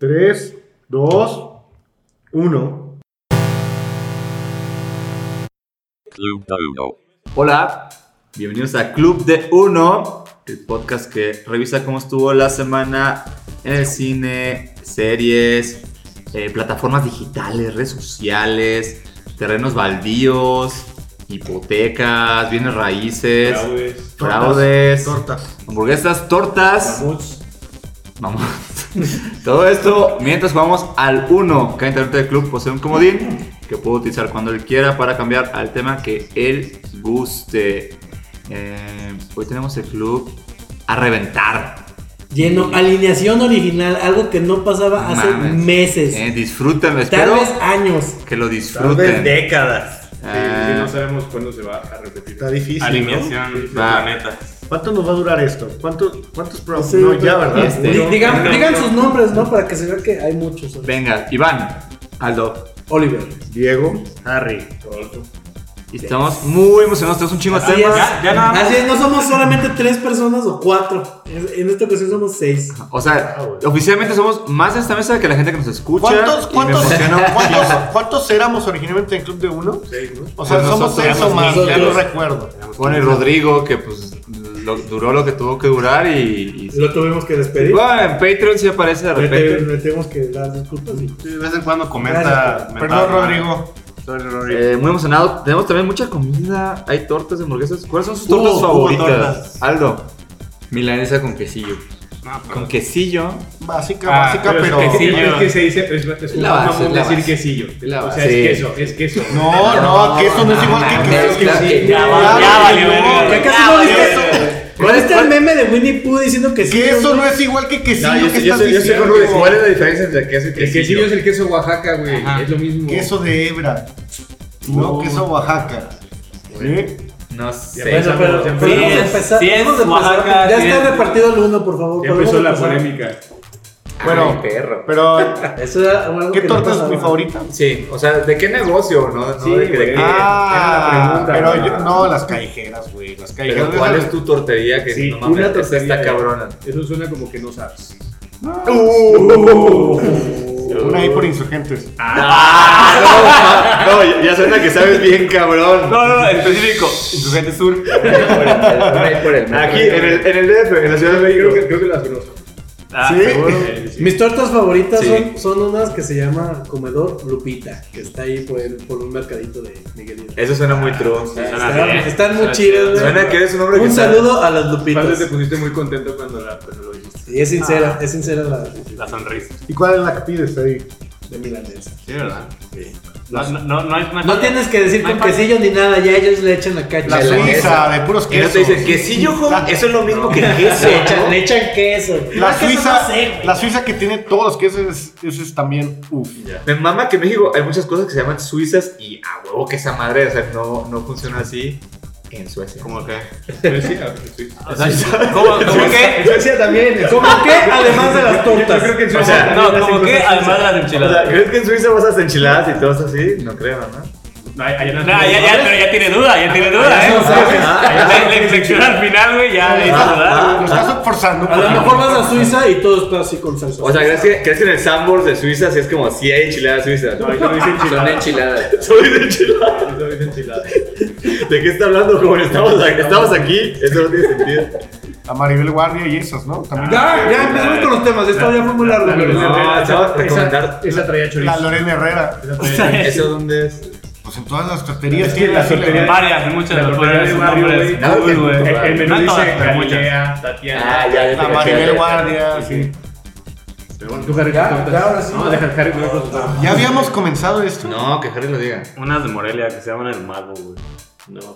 3, 2, 1. Club de Uno. Hola, bienvenidos a Club de Uno, el podcast que revisa cómo estuvo la semana en el cine, series, eh, plataformas digitales, redes sociales, terrenos baldíos, hipotecas, bienes raíces, Fraudes. fraudes, Tortas. hamburguesas, tortas, Mamuts. vamos. Todo esto mientras jugamos al 1. Cada integrante del club posee un comodín que puede utilizar cuando él quiera para cambiar al tema que él guste. Eh, hoy tenemos el club a reventar. Lleno, alineación original, algo que no pasaba hace Mames. meses, Eh, disfrútenlo, Pues, tal espero vez años. que lo Tal vez disfruten. décadas. Que Eh, no sabemos cuándo se va a repetir. Está difícil. Alineación de Va. planeta. ¿no? ¿Cuánto nos va a durar esto? ¿Cuánto- ¿Cuántos programas? Sí, no, pero- ya, ¿verdad? Este. Di- digan, Uno. digan sus nombres, ¿no? Para que se vea que hay muchos. venga, Iván, Aldo. Oliver. Diego, Harry. Y Estamos muy emocionados, tenemos un chingo de Así es. temas. Ya, ya nada más. Así es, no somos solamente tres personas o cuatro. Es- En esta ocasión somos seis. O sea, Ah, güey. oficialmente somos más de esta mesa que la gente que nos escucha. ¿Cuántos, y me cuántos, emociona un cuántos, chingo. cuántos éramos originalmente en Club de Uno? Seis, ¿no? O sea, Pues somos nosotros seis o éramos más, ya no nosotros. recuerdo. Bueno, y Rodrigo, que pues lo- duró lo que tuvo que durar y. y- Lo tuvimos que despedir. Bueno, en Patreon sí aparece de Le, te- repente. le tenemos que dar disculpas. y- De vez en cuando Gracias, comenta. Perdón, Rodrigo. Eh, muy emocionado. Tenemos también mucha comida. Hay tortas, hamburguesas. ¿Cuáles son sus Uh, Hubo- tortas hubo favoritas? tortas. Aldo. Milanesa con quesillo. Con quesillo. Básica, Ah, básica, pero es pero. que sí. Es Quesillo. que se dice, es, es La como base, mamón la decir base. quesillo. La o base. sea, Sí. es queso, es queso. No, no, que eso no es igual Ah, que mames, que. claro que- Ya ya valió, valió, no, verga. Ya casi ya no valió. viste- ¿Cuál está el meme de Winnie Pooh diciendo que sí? Que eso no es igual que Ah, quesillo. ¿qué estás diciendo? ¿Cuál es la odiferencia entre queso y El quesillo es el queso Oaxaca, güey. Ajá. Es lo mismo. Queso de hebra. No, queso Oaxaca. ¿Sí? No Ya sé. Bueno, empezamos, pero ya pero empezamos. vamos a empezar- Sí es vamos a empezar. Oaxaca, Ya sí está es- repartido el uno, por favor. Ya pero empezó vamos a la pasar. polémica. Bueno, Pero, Eso era algo ¿qué que no torta es pasaba. mi favorita? Sí, o sea, ¿de qué negocio? No, no Sí, de, que- de güey. qué- Ah, era la pregunta, pero yo, ¿verdad? no, las callejeras, güey. Las callejeras. Pero ¿cuál es tu tortería que Sí, no mames, una esta tortería está de- cabrona? Eso suena como que no sabes. Una ahí por insurgentes. Ah, no, ma- no, ya suena que sabes bien cabrón. No, no, no, en específico. Insurgente Sur. Aquí en el, en el DF, en la Ciudad de Creo México. que, creo que las conozco. Ah, ¿Sí? Eh, sí. Mis tortas favoritas Sí. son, son unas que se llama Comedor Lupita, que está ahí por, el- por un mercadito de Miguelito. Eso suena muy true. suena Están- bien. están muy Suena chidas, chido. güey. Suena que eres un hombre que Eh, Un sabe. saludo a las Pablo, te Lupitas. pusiste muy contento cuando, la, cuando lo dijiste. Y es sincera, es sincera la La sonrisa. ¿Y cuál es la que pides ahí? de milanesa. Sí, ¿verdad? No, no, no, no hay- hay- No tienes que decir no hay con parte. quesillo ni nada, ya ellos le echan la cacha. La De la suiza, mesa. de puros Y no quesos. te dicen, quesillo, joven, eso es lo mismo que queso. Le echan, le echan queso. La Es que eso suiza, no sé, güey. la suiza que tiene todos los quesos, es- eso es también uff. Me mama que en México hay muchas cosas que se llaman suizas y a huevo que esa madre, o sea, no, no funciona así en Suecia. ¿Cómo que? Pero sí, ah, sí. O sea, ¿Cómo, cómo que? Suecia también. ¿Cómo qué? Además de las tortas. Creo que en O Suecia sea, también No, hacen ¿cómo cosas que? así. Además de las O sea, enchiladas. ¿crees que en Suiza vas a hacer enchiladas y todo eso así? No creo, ¿no? No, hay- hay unas- Nah, ya, ya, pero ya tiene duda, ya tiene duda, ¿eh? Le- Le inflexión al final, güey, ya le hizo Lo dudar. estás forzando. A lo mejor vas a Suiza y todo está así con salsa. O sea, ¿crees que, crees que en el Sambors de Suiza sí es como si hay enchiladas suizas? No, eso lo dice enchilada. enchiladas. Soy de enchiladas. Eso lo dice enchilada. ¿De qué está hablando, joven? Estamos, aquí- estamos aquí, eso no tiene sentido. A Maribel Guardia y esas, ¿no? También. Ya, ya empezamos con los temas. Esto ya fue muy largo. La pero- Lorena Herrera, te voy a esa- recomendar- Esa traía chorizo. La Lorena Herrera. Esa traía chorizo. ¿Eso dónde es? Pues en todas las torterías Es que tiene la así la- tortería- Varias, muchas La de tortería de barrio, güey. Uy, El- güey. El menú No todas, dice pero muchas. Galilea, Tatiana. Ah, ya, ya. La te Maribel caché. ah, Guardia. sí. Pero bueno, tú, Harry, Ya, ¿qué cuentas? ya, ahora sí. No, deja Harry con otros dos. Ya habíamos comenzado esto. No, que Harry lo diga. Unas de Morelia que se llaman el mago, güey.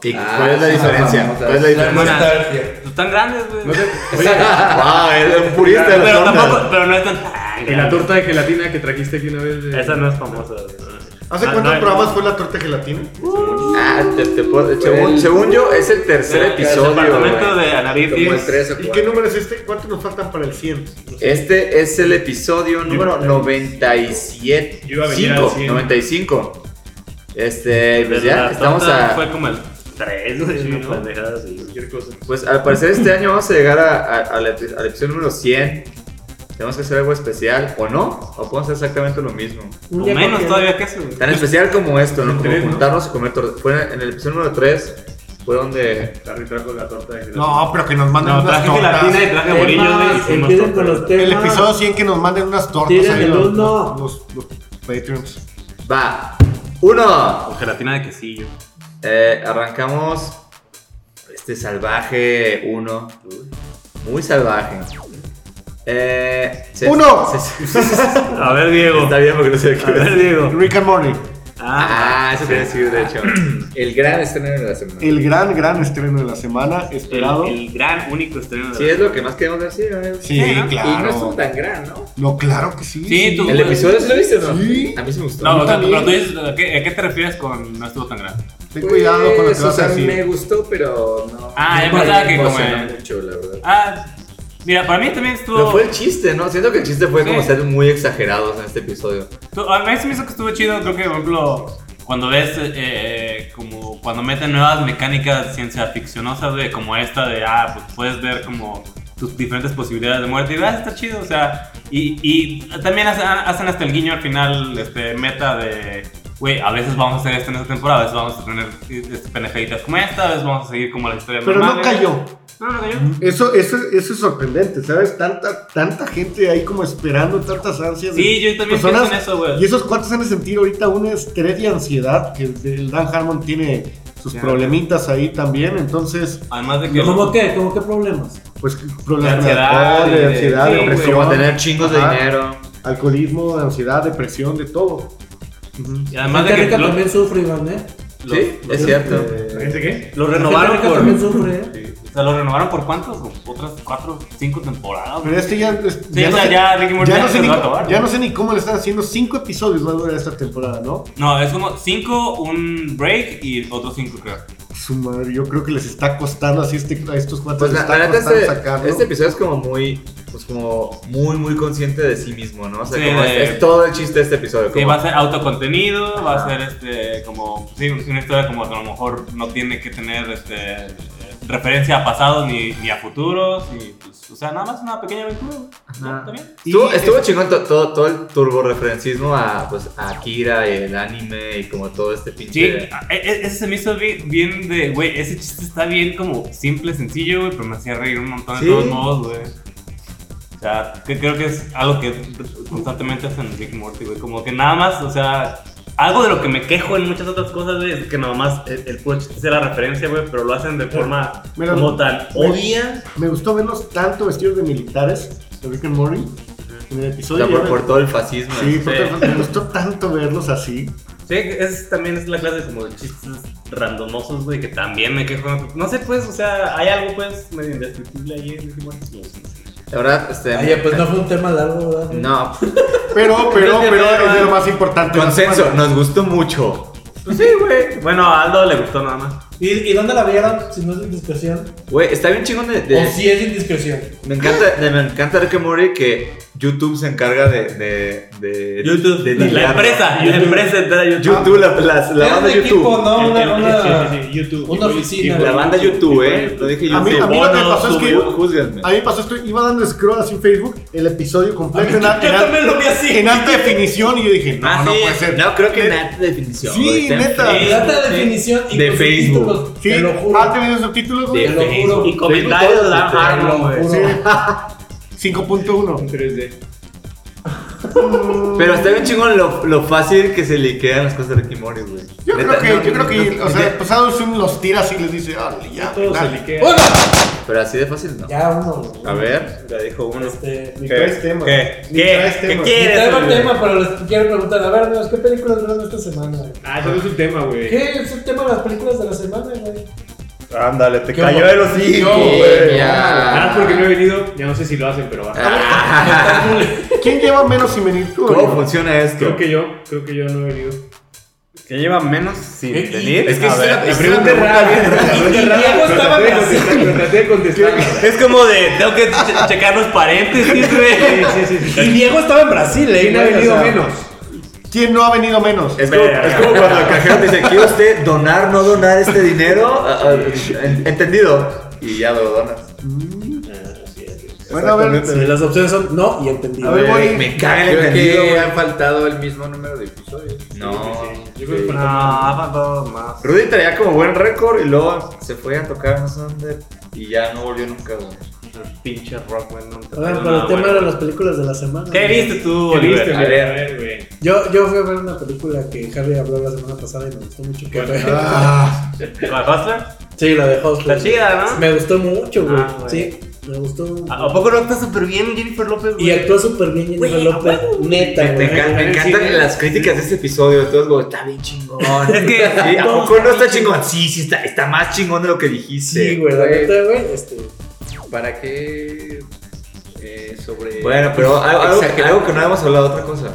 ¿Y cuál es la diferencia? ¿Cuál es la diferencia? No están grandes, güey. Wow, Ah, es un purista de Pero la tampoco, pero no están tan Y la grandes. torta de gelatina que trajiste aquí una vez. de- Esa no es famosa. güey. ¿Hace Ah, cuántos no, programas fue la torta gelatina? Ah, te, te puedo- según, según yo, es Ah, el tercer El episodio. departamento güey. de Anaritis. ¿Y qué número es este? ¿Cuántos nos faltan para el 100? Este es el episodio número 97. Yo iba a venir al 5, cien. 95. Este, pues Desde ya, la estamos torta a. Fue como el 3, güey. Sí, una ¿no? pendejada así. Cualquier cosa. Pues al parecer este año vamos a llegar a- a- al epi- al episodio número 100. Tenemos que hacer algo especial, o no, o podemos hacer exactamente lo mismo. Un O día menos cualquiera. todavía que eso, güey. Tan especial como esto, ¿no? Como Tres, ¿no? juntarnos y comer torta. Fue en el episodio número 3, fue donde... Harry trajo la torta de No, pero que nos manden No, unas traje gelatina y tortas. traje Temas, bolillos, güey. y hicimos Empiecen con tortas. los temas. El episodio 100 que nos manden unas tortas. Tiren el los, uno. los, los, los Patreons. ¡Va! ¡Uno! Con gelatina de quesillo. Eh, arrancamos este salvaje uno. Muy salvaje. Eh, se- ¡Uno! se- se- está A ver, Diego. bien porque no sé A qué ver, es. Diego. Rick and Morty. Ah, eso tiene que decir, de hecho. El gran estreno de la semana. El gran, gran estreno de la semana. Esperado. El, el gran único estreno de Sí, la es lo que más queremos decir. ¿eh? Sí, Y no claro. estuvo tan gran, ¿no? No, claro que sí. Sí, tú- El episodio, ¿sí ¿lo viste o no? Sí. A mí sí me gustó. No, o sea, también. pero tú dices, ¿a qué, a qué te refieres con no estuvo tan grande? Ten cuidado con lo que Pues, o vas a sea, decir. me gustó, pero no. Ah, ya no pensaba me que como emocionó el- mucho, la verdad. Ah, mira, para mí también Pero estuvo. fue el chiste, ¿no? Siento que el chiste fue como Sí. ser muy exagerados en este episodio. tu- A mí se me hizo que estuvo chido. Creo que, por ejemplo, cuando ves, eh, eh, como cuando meten nuevas mecánicas ciencia ficcionosas, güey, como esta de, ah, pues puedes ver como tus diferentes posibilidades de muerte. Y ah, está chido, o sea. Y, y también hace- hacen hasta el guiño al final, este, meta de. Güey, a veces vamos a hacer esto en esta temporada, a veces vamos a tener este, penejaditas como esta, a veces vamos a seguir como la historia Pero no normales. cayó. No, no cayó. Eso, eso, eso es sorprendente, ¿sabes? Tanta, tanta gente ahí como esperando, tantas ansias. de Sí, yo también personas. pienso en eso, güey. Y esos cuates han de sentir ahorita un estrés y ansiedad, que el- el Dan Harmon tiene sus Ya. problemitas ahí también, entonces, Además de que. ¿Cómo qué? ¿Cómo qué problemas? pues problemas de ansiedad, alcohol, de de- ansiedad, sí, Pero depresión, como tener chingos Ajá. de dinero. alcoholismo, ansiedad, depresión, de todo. Y además de Gente que. rica lo- también sufre, Iván, ¿eh? lo- Sí, es cierto. ¿La Este, gente qué? Lo Gente renovaron rica también por. sufre, ¿eh? O sea, lo renovaron por cuántas? Otras cuatro, cinco temporadas. Pero güey. este ya, es- o no sea, sé- ya Rick and Morty ya no se sé ni va a cómo- acabar, ya ¿no? no sé ni cómo le están haciendo, cinco episodios va a durar esta temporada, ¿no? No, es como cinco, un break y otros cinco, creo. Su madre, yo creo que les está costando así este, a estos cuates. Pues les la, está la neta costando este, sacarlo. este episodio es como muy, pues como muy, muy consciente de sí mismo, ¿no? O sea, Sí, como de- es, es todo el chiste de este episodio. Sí, como- va a ser autocontenido, va a ser este, como. Sí, una historia como que a lo mejor no tiene que tener este, eh, referencia a pasados ni, ni a futuros. Y, pues, o sea, nada más una pequeña aventura. güey. ¿No? ¿Está bien? Estuvo, Y estuvo es- chingón to- todo, todo el turbo referencismo a, pues, a Akira y el anime y como todo este pinche. Sí, a- e- e- ese se me hizo bien, bien de, güey, ese chiste está bien como simple, sencillo, güey, pero me hacía reír un montón de Sí. todos modos, güey. O sea, que creo que es algo que constantemente hacen en Rick and Morty, güey, como que nada más, o sea, algo de lo que me quejo en muchas otras cosas, güey, es que nada más el, el puro chiste sea la referencia, güey, pero lo hacen de forma Mira, como tan mira. obvia. Me gustó verlos tanto vestidos de militares de Rick and Morty en el o episodio. sea, por, ya por me- todo el fascismo. Sí, por Sí. todo- me gustó tanto verlos así. Sí, es, también es la clase como de chistes randomosos, güey, que también me quejo. No sé, pues, o sea, hay algo, pues, medio indescriptible ahí en Rick and Morty. La verdad, este. Oye, pues no fue un tema largo, ¿verdad? No, Pero, pero, pero es de lo más importante. consenso, nos gustó mucho. Pues sí, güey. Bueno, a Aldo le gustó nada más. ¿Y, y dónde la vieron? Si no es indiscreción. Güey, está bien chingón de. de- O si es indiscreción. Me encanta, de- me encanta Rick and Morty que YouTube se encarga de. de, de de la lidiar, empresa, ¿no? la empresa entera YouTube. Ah, YouTube, la, la, la Era un banda equipo, YouTube. ¿no? Una, una- Sí, sí, sí, YouTube. una oficina. tipo- La banda YouTube, ¿eh? No dije A mí- YouTube. a mí lo que me pasó es que- Juzgu- juzguenme. A mí me pasó esto, iba dando scroll así en Facebook, el episodio completo en, Yo en- también lo vi así. en alta definición y yo dije, no, Ah, no sí. puede ser. No, creo que Eh, neta definición. Sí, güey, está en neta. Facebook. La alta definición y De con Facebook. subtítulos, Sí, Te lo juro. alta definición subtítulos, güey. Te lo juro. Y comentarios de Dan Te lo Harmon, güey. juro. Sí. 5.1. 3D. Pero está bien chingón lo, lo fácil que se le quedan las cosas de Ricky Morty, güey. Yo Neta, creo que, no, yo creo no, que, no, o de- sea, pues Adolfo los tira así y les dice, ah, ya, Todo se dale. liquea. ¡Uno! Pero así de fácil no. Ya, uno. A ver. Ya dijo uno. Este, Ni traes tema. ¿Qué? Ni traes ¿Qué? ¿Qué tema. quieres? Traigo el güey? este tema, pero les quiero preguntar. A ver, amigos, ¿qué películas vieron esta semana? güey? Ah, eso no es un tema, güey. ¿Qué es el tema de las películas de la semana, güey? Ándale, te ¿Qué cayó hubo? el hocico, Sí, güey. Ah, Nada más porque no he ya. venido, ya no sé si lo hacen, pero va. ¿Quién lleva menos sin venir tú? ¿Cómo amigo? funciona esto? Creo que yo, creo que yo no he venido. ¿Qué lleva menos sin venir? Es que es una- es una pregunta es pregunta rara, bien la rara. pregunta es rara, Diego pero estaba traté de así. contestar, pero traté de contestar. Es como de, tengo que che- checar los paréntesis, güey. Sí, sí, sí, sí. Y Diego estaba en Brasil, ¿eh? ¿Quién ha güey, o venido sea, menos? ¿Quién no ha venido menos? Es como, es como cuando el cajero te dice, ¿quiere usted donar, no donar este dinero? Ah, ah, en- Entendido. Y ya lo donas. Bueno, a ver, Sí, las opciones son no y entendido. A ver, voy. Me caga el Creo que entendido. ha faltado el mismo número de episodios. No. Yo creo que No, falta- ha faltado más. Rudy traía como buen récord y luego se fue a tocar no sé dónde y ya no volvió nunca. güey. El pinche Rockman. No te A ver, no, pero el tema bueno. eran las películas de la semana. ¿Qué viste tú, Ah, ¿Qué Oliver? viste, A güey? ver. A ver, güey. Yo, yo fui a ver una película que Harry habló la semana pasada y me gustó mucho. Que Ah, ¿La Hustler? Sí, la de Hustler. Está chida, ¿no? Me gustó mucho, güey. Ah, güey. sí, me Ah, gustó. ¿A poco no está súper bien Jennifer López, Y güey? actuó súper bien Jennifer Güey, López. a huevo. Neta, Me, me güey. encan- me encantan las críticas de este episodio. Todos como, está bien chingón. Es que- Sí, ¿A poco no está chingón? Sí, sí, está, está más chingón de lo que dijiste. Sí, güey, la güey. neta, güey. Este, ¿Para qué eh, sobre. Bueno, pero algo, algo- Exagerado. algo que no hemos hablado, otra cosa.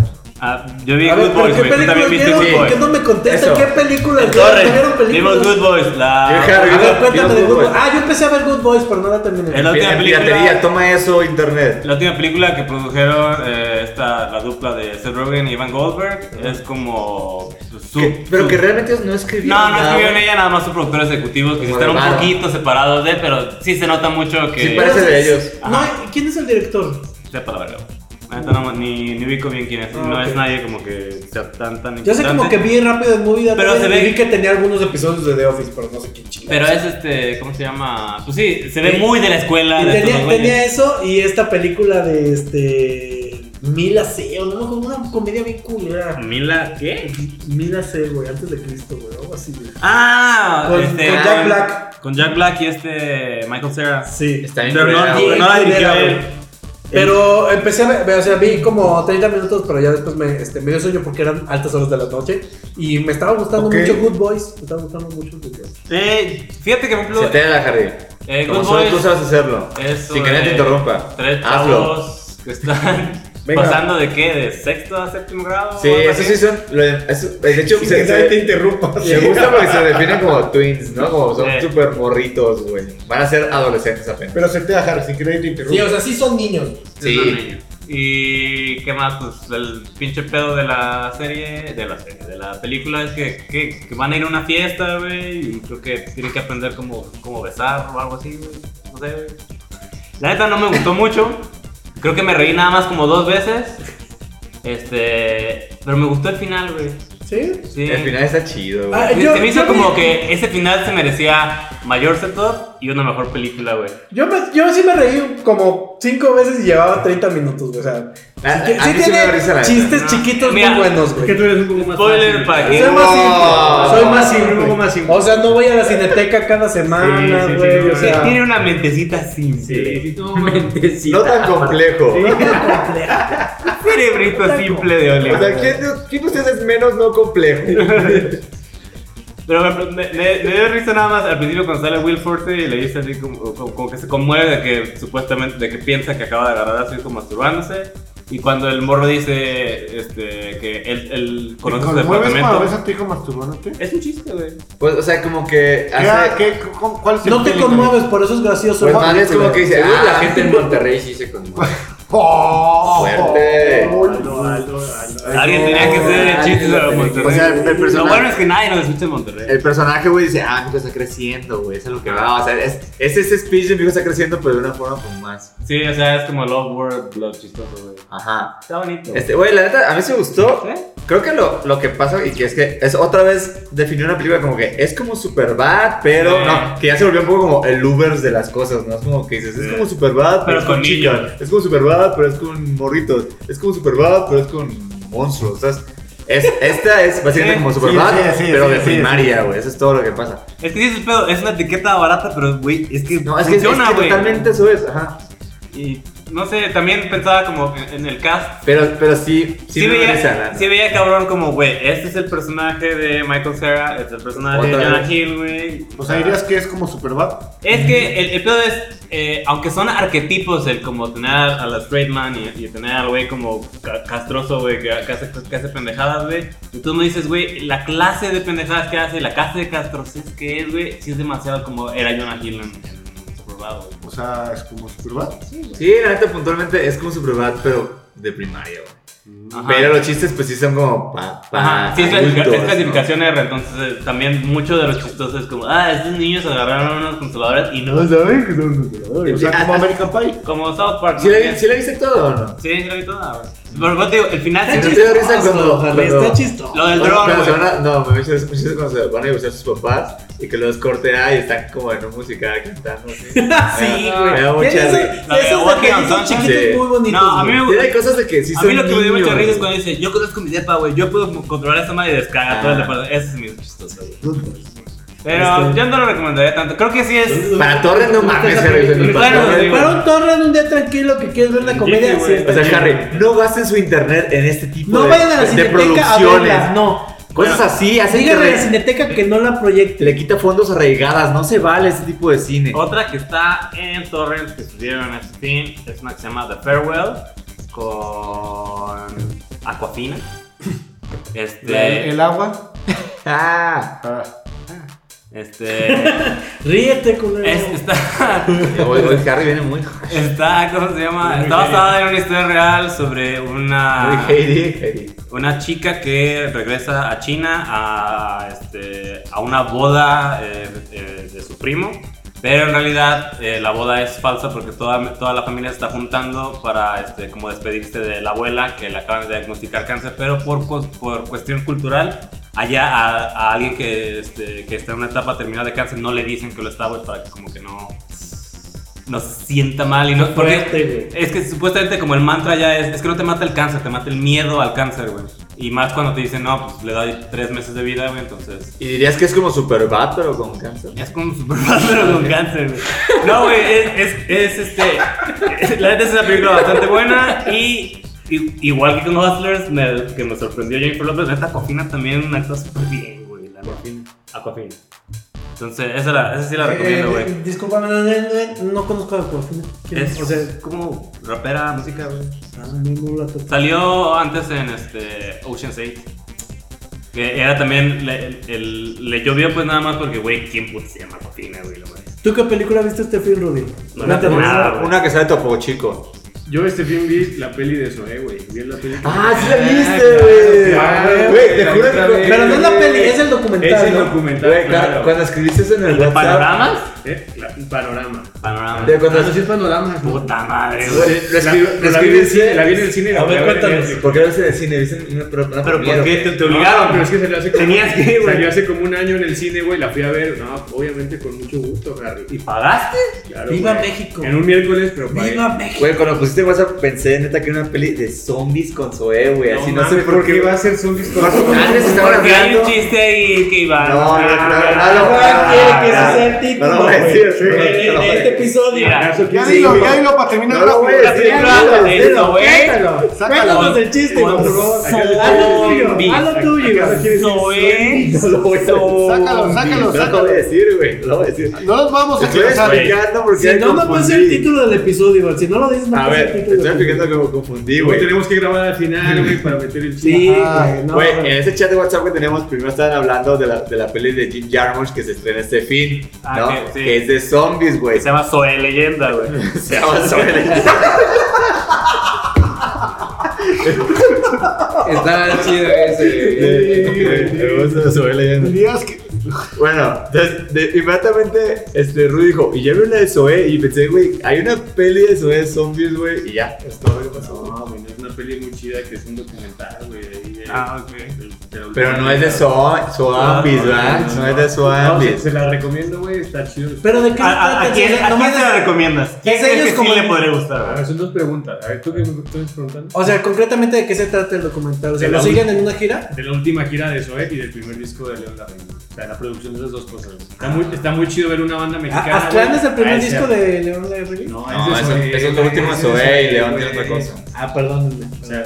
Ah, yo vi a ver, Good ¿pero qué Boys, güey. Tú películas también viste vieron? Good ¿Por qué Boys. no me contestan Eso. qué películas vieron? ¿Vieron Torres, vimos películas? Good Boys. Yo, La... Harry, A ver, vimos- cuéntame vimos de Good Good Boys. Boys. Ah, yo empecé a ver Good Boys, pero no la terminé. El La última Pira- película- Piratería, toma eso, internet. La última película que produjeron eh, esta, la dupla de Seth Rogen y Evan Goldberg es como su- Que- pero su- que realmente ellos no escribieron. no, no nada, escribieron güey. ella, nada más sus productores ejecutivos que sí Como están un raro. poquito separados de, pero sí se nota mucho Sí, que parece de ellos. No, ¿quién es el director? sepa la verga. La neta no, ni, ni ubico bien quién es, Ah, no ok. es nadie como que sea tan tan Yo sé como que vi importante. rápido en Movie Pero Database se y ve- vi que tenía algunos episodios de The Office, pero no sé quién chingado. Pero es este, ¿cómo se llama? Pues sí, se ve Sí. muy de la escuela. Y de estos tenía, güeyes. tenía eso y esta película de este. Mila C, o no, como una comedia bien culera. ¿Mila qué? Mila C, güey, antes de Cristo, güey, algo así, güey. Ah, Con- este, con Jack Black. Con Jack Black y este Michael Cera. Sí. Está bien. Pero culera, no, Sí, güey. no la dirigió culera, él. güey. Pero empecé a ver, o sea, vi como 30 minutos, pero ya después me, este, me dio sueño porque eran altas horas de la noche. Y me estaba gustando Ok. mucho Good Boys. Me estaba gustando mucho Good Boys. Eh, fíjate que, por Se ejemplo, te da la jardín. eh, Como Good solo tú Boys sabes hacerlo. es Sin que nadie te sobre interrumpa. Tres Hazlo. chavos que están Venga. pasando de qué, de sexto a séptimo grado. Sí, o algo eso así. sí son. lo- eso- de hecho, se, se- interrumpa. me gusta porque se definen como twins, ¿no? Como son Sí. súper morritos, güey. Van a ser adolescentes apenas. Pero se te dejar, sin querer te Sí, o interrumpa. sea, sí son niños. Sí. Sí. son niños. Y qué más, pues el pinche pedo de la serie, de la serie, de la película es que, que- que van a ir a una fiesta, güey, y creo que tienen que aprender cómo, cómo besar o algo así, güey. No sé, güey. La neta no me gustó mucho. Creo que me reí nada más como dos veces. Este, pero me gustó el final, güey. ¿Sí? Sí. El final está chido, güey. Ah, Se- yo- se me yo hizo vi- como que ese final se merecía mayor setup y una mejor película, güey. Yo, me- yo sí me reí como 5 veces y llevaba 30 minutos, güey. O sea, A- sí que- a sí mí sí me tiene da risa la Ah. chistes neta. chiquitos Mira, muy buenos, Es que tú güey. eres un poco más. Spoiler fácil. para que Soy más No. simple. Soy más simple. Un poco más simple. O sea, no voy a la cineteca cada semana, Sí, sí, sí, güey. sí, o sí. sea, Tiene una mentecita simple. Sí, sí, no, mentecita. No tan complejo. Cerebrito simple de Oliver. O sea, ¿quién, de- quién de ustedes es menos no complejo? Pero me, me- me- me dio risa nada más al principio cuando sale Will Forte y le dice así como, como- como que se conmueve de que supuestamente, de que piensa que acaba de agarrar a su hijo masturbándose. Y cuando el morro dice este, que él, él conoce su ¿Te mueves cuando ves departamento. a tu hijo masturbándote? Es un chiste, güey. Pues, o sea, como que. ¿Qué- hace- qué- cómo- ¿Cuál es el no te feeling, conmueves, por eso es gracioso. Pues ¿no? más bien es como que dice, Seguro ah, la gente en Monterrey sí se conmueve. ¡Oh! Fuerte. ¡Oh! Alguien tenía que hacer el chiste de Monterrey. O sea, el Lo personaje- bueno es que nadie nos escucha en Monterrey. El personaje, güey, dice, ah, mi hijo está creciendo, güey, eso es lo que va. O sea, es, es ese speech de mi hijo está creciendo, pero de una forma como más. Sí, o sea, es como Love Word, Love chistoso, güey. Ajá. Está bonito. ¿Eh? Este, güey, la neta, a mí se gustó. ¿Sí? Creo que lo, lo que pasa y que es que es otra vez definir una película como que es como Superbad, pero Sí. no, que ya se volvió un poco como el Uber de las cosas, ¿no? Es como que dices, es Sí. como Superbad, pero, Pero es con con chicas. niños. Es como Superbad, pero es con morritos. Es como Superbad, pero es con monstruos. O sea, es, esta es básicamente Sí, como sí, Superbad, sí, sí, pero sí, de sí, primaria, güey. Eso es todo lo que pasa. Es que sí, es un pedo, es una etiqueta barata, pero güey, es que No, es que, es que funciona, güey. totalmente eso es, ajá. Y no sé, también pensaba como en en el cast. Pero, pero sí, sí, Sí, me veía, interesa, la- sí veía cabrón como, güey, este es el personaje de Michael Cera, este es el personaje de Otra Jonah vez. Hill, güey. O sea, dirías que es como Superbad. Es que el, el pedo es, eh, aunque son arquetipos, el como tener a la straight man y, y tener al güey como ca- castroso, güey, que, que hace, que hace pendejadas, güey. Y tú me dices, güey, la clase de pendejadas que hace, la clase de castroces que es, güey, sí es demasiado como era Jonah Hill en, en Superbad, güey. O sea, es como Superbad. Sí, la neta puntualmente es como Superbad, pero de primaria, güey. Ajá. Pero los chistes, pues sí son como pa. pa Ajá, sí, es, adultos, clasifica- es ¿no? clasificación R, entonces eh, también mucho de los chistosos es como, ah, estos niños agarraron unas controladoras y no saben que son controladoras. O sea, Sí, como ah, American Pie. Como South Park. ¿Sí ¿no? la, vi- sí la viste todo o no? Sí, creo que toda. ah, Pero no te digo, el final No sí te es- dio risa cuando. Ojalá, cuando- Ah, Está chistoso. Lo del cuando- dron, cuando se güey. van a- No, me dio risa- me dio risa cuando se van a divorciar sus papás y que los corte ah, y están como en un musical cantando. así. Ah, Sí, Me da mucha güey. Tiene risa. ese- La de Esos Walking detallitos on Sunshine. chiquitos Sí. muy bonitos. No, a mí güey. me Tiene hay cosas de que sí A son. mí lo que me dio mucha niños, risa es güey. cuando dice, yo conozco mi depa, güey, yo puedo controlar esa madre y descarga todo el Ah. depa. Ese es mi chistoso, güey. Pero yo no lo recomendaría tanto. Creo que sí es. Para Torres no mames, Harry. o sea, ni para Claro, Torres. güey. Para un torre en un día tranquilo que quieres ver la comedia, güey. sí está O sea, chido. Harry, no gasten su internet en este tipo No de, vayan a la de cineteca a verlas, producciones. no. Cosas así, así que Díganle a la le, cineteca que no la proyecte. le quita fondos arraigadas. No se vale ese tipo de cine. Otra que está en Torrent, que estuvieron en Steam, es una que se llama The Farewell con Aquafina. La- Este. el agua. Ah, Ah, Este. Ríete, culero. es- está. hoy, hoy Harry viene muy. Está, ¿cómo se llama? Está basada en una historia real sobre Ah. una. Muy Heidi, Heidi. Una chica que regresa a China a, este, a una boda eh, eh, de su primo, pero en realidad eh, la boda es falsa porque toda, toda la familia se está juntando para este, como despedirse de la abuela que le acaban de diagnosticar cáncer, pero por, cos- por cuestión cultural, allá a, a alguien que, este, que está en una etapa terminal de cáncer no le dicen que lo está, güey, para que como que no, no se sienta mal y no... Porque, Fuerte, güey. es que supuestamente como el mantra ya es, es que no te mata el cáncer, te mata el miedo al cáncer, güey. Y más cuando te dicen, no, pues le doy tres meses de vida, güey, entonces... Y dirías que es como Superbad, pero con cáncer. Es como super pero con cáncer, güey. No, güey, es, es, es, este... La neta es una película bastante buena y... y- Igual que con Hustlers, me- que me sorprendió Jennifer López, neta, Cofina también actúa súper bien, güey. La Aquafina. Aquafina. Entonces, esa, la- esa sí la recomiendo, güey. Eh, Discúlpame, no, no, no, no conozco a Aquafina. ¿Quién es? Es, eh, o sea, como rapera, música, güey. Ah, no, no la toco. Salió antes en este Ocean's 8. Que era también. Le, el- le llovió, pues nada más porque, güey, ¿quién puto se llama Cofina, güey? La madre? ¿Tú qué película viste este film, Rudy? No la tengo nada, güey. Una que sale Topo Chico. Yo este film vi la peli de Zoé, güey. Vi la peli. Ah, sí la viste, güey. Ah, Eh, claro, Güey, te la juro otra que. vez. Pero no es la peli, es el documental. Es el ¿no? documental. Güey, claro. claro, cuando escribiste eso en el ¿El de WhatsApp. Panoramas? Eh, la- Panorama. Panorama. De cuando- sí es panorama. Puta madre, Güey, güey. lo escribí- Ah, La- lo pero la escribí vi en en el cine, cine. la vi en el cine. A ver, cuéntanos. ¿Por qué lo viste en el cine? ¿Viste en una, pro- una Pero premiere, ¿por qué te, güey? te Obligaron, obligaron? pero es que salió hace como, Tenías que, güey. salió hace como un año en el cine, güey. La fui a ver, no, obviamente con mucho gusto, Harry. ¿Y pagaste? Claro, Viva güey. México. En un miércoles, pero pagué. Viva México. Güey, cuando pusiste WhatsApp pensé neta que era una peli de zombies con Zoe, güey. Así no, sé mames, por qué iba va a ser zombies con Antes estaban Ah, Porque hay hablando. un chiste ahí que iba. No, no, no, no, no, Ah, quiere que no, ese sea el título, No lo voy a güey. decir, sí, De- güey, de- no lo voy de a este decir. episodio. Ya dilo, ya dilo para terminar No lo la voy a película. decir, Sí, ya no lo dilo. voy a decir. Eso, güey. Sácalo. Cuéntanos el chiste, por favor. Zombies. Haz lo tuyo. Haz lo tuyo. Zoe. No lo voy a decir. Sácalo, sácalo, No lo voy a sácalo. decir, güey. No lo voy a decir. No los vamos a Estoy expresar. explicando porque Si me no, no pasa el confundí. título del episodio, Iván. Si no lo dices, no A pasa ver, el te título. estoy del explicando episodio. que me confundí, Güey, güey. tenemos que grabar al final, güey, para meter el chiste. Sí, Ajá. güey. No, Güey, en güey. ese chat de WhatsApp que tenemos, primero estaban hablando de la, de la peli de Jim Jarmusch que se estrena este fin, ¿no? Ah, que- sí. Que es de zombies, güey. Se llama Zoe Leyenda, güey. Se llama Zoe. Está chido ese. Me gusta Zoe Leyenda. Dirías que. Bueno, entonces, de- inmediatamente, este, Rudy dijo, y ya vi una de Zoe, y pensé, güey, hay una peli de Zoe de zombies, güey, y ya, es todo lo que pasó. No, güey, no es una peli muy chida que es un documental, güey. ahí de- Ah, ok. del- Pero no es de Zo- zombies, ¿verdad? No es de No, se, zombies. se la recomiendo, güey, está chido. Pero de qué ¿A, a- a quién, a No quién me te la recomiendas? ¿Quién Es crees ellos que como- sí le podría gustar? A güey? ver, son dos preguntas. A ver, ¿tú qué me tú me estás preguntando? O sea, concretamente, ¿de qué se trata el documental? O sea, De ¿lo la siguen en una gira? De la última gira de Zoé y del primer disco de León Larraín. O sea, la producción de esas dos cosas. Está muy, está muy chido ver una banda mexicana. ¿A- ¿Aztlán güey. es el primer Ah, ese- disco de León de Rey? No, No, es de eso- Zoé, eso es lo güey, último de es Zoé y León güey. es otra cosa. Ah, perdónenme. O sea,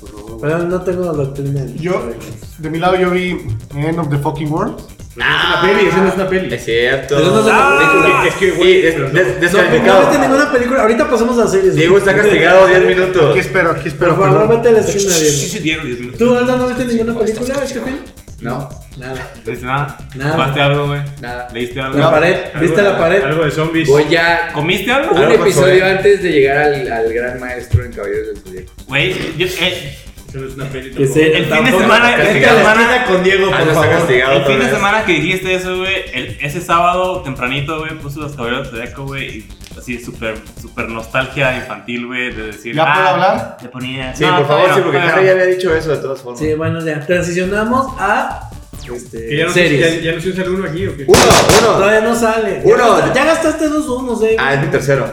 por favor, güey. Perdón, no tengo doctrina. Yo, de mi lado, yo vi End of the Fucking World. Es una peli, esa no es una peli. Ah. Es cierto. Ah. Pero no es una película. es que, güey, es- des- No viste descalificado. ninguna película. Ahorita pasamos a las series. Diego está castigado 10 minutos. Aquí espero, aquí espero. Por favor, perdón. vete a la esquina, Sí, Diego. sí, dieron diez minutos. ¿Tú, Aldo, no viste ninguna película este film? No, Nada. ¿No dices nada? Nada. ¿Jugaste algo, güey? nada. ¿Leíste algo? La pared. Algo ¿Viste de- la pared? Algo de zombies. Voy ya ¿Comiste algo? un Algo pasó, episodio eh. Ah, antes de llegar al, al gran maestro en Caballeros del Zodiaco. Güey, yo, eh, Eso no es una peli Que tampoco. se- El fin de tampoco- semana- el Vete fin de a la semana- esquina con Diego, Ah, por no está favor. castigado El fin de otra vez. semana que dijiste eso, güey, el- ese sábado tempranito, güey, puso los caballeros de Deco, güey, y así súper super nostalgia infantil, güey, de decir. ¿Ya puedo hablar? Te ponía. Sí, No, por favor, todavía sí, no, porque todavía Harry no. ya había dicho eso de todas formas. Sí, bueno, ya. Transicionamos a este, Que ya no sé, series. ya, ya no sé usar uno aquí o qué. Uno, uno. Todavía no sale. Uno. Ya, ya gastaste dos unos, eh. Ah, es mi tercero.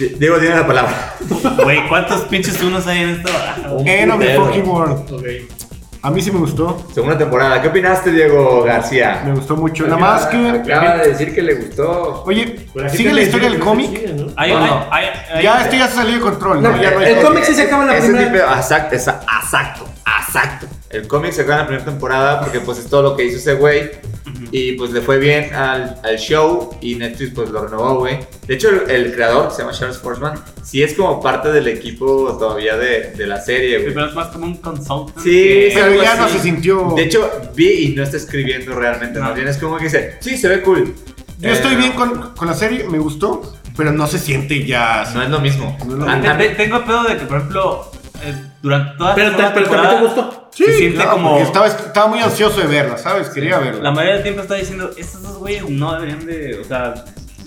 Di- Diego tiene la palabra. Güey, ¿cuántos pinches unos hay en esto? En of the putero. fucking world. Ok. A mí sí me gustó. Segunda temporada. ¿Qué opinaste, Diego García? Me gustó mucho. Nada más que. Acaba de decir que le gustó. Oye, Pero aquí sigue te la le historia del digo que cómic. sigue, ¿no? Hay, No, hay, no. hay, hay- Ya esto ya se salió de control. No, ¿no? Ya no hay el control. cómic sí se acaba en la Ese primera. tipo- exacto, esa- exacto, exacto. El cómic se acaba en la primera temporada porque pues es todo lo que hizo ese güey. Y pues le fue bien al, al show y Netflix pues lo renovó, güey. De hecho, el, el creador, que se llama Charles Forsman, sí es como parte del equipo todavía de, de la serie, güey. Pero es más como un consultant. Sí, que- sí. Pero ya algo no así. se sintió. De hecho, vi y no está escribiendo realmente, más No. bien es como que dice, sí, se ve cool. Yo Eh, estoy bien con, con la serie, me gustó, pero no se siente ya. así. No es lo mismo. No es lo Ah, Te- te- también- Tengo pedo de que, por ejemplo, eh, durante toda Pero, te, toda pero también te temporada, gustó. Sí, se siente claro, como- porque Estaba, estaba muy ansioso de verla, ¿sabes? Quería La verla. mayoría del tiempo está diciendo, estos dos güeyes no deberían de, o sea,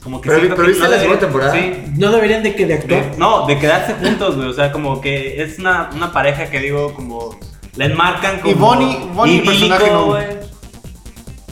como que... Pero- siento pero que ¿viste no la deberían- segunda temporada? Sí. No deberían de que de actuar. De- no, de quedarse juntos, güey, o sea, como que es una, una pareja que digo, como, la enmarcan como... Y Bonnie- Bonnie, el idílico, personaje, no. güey.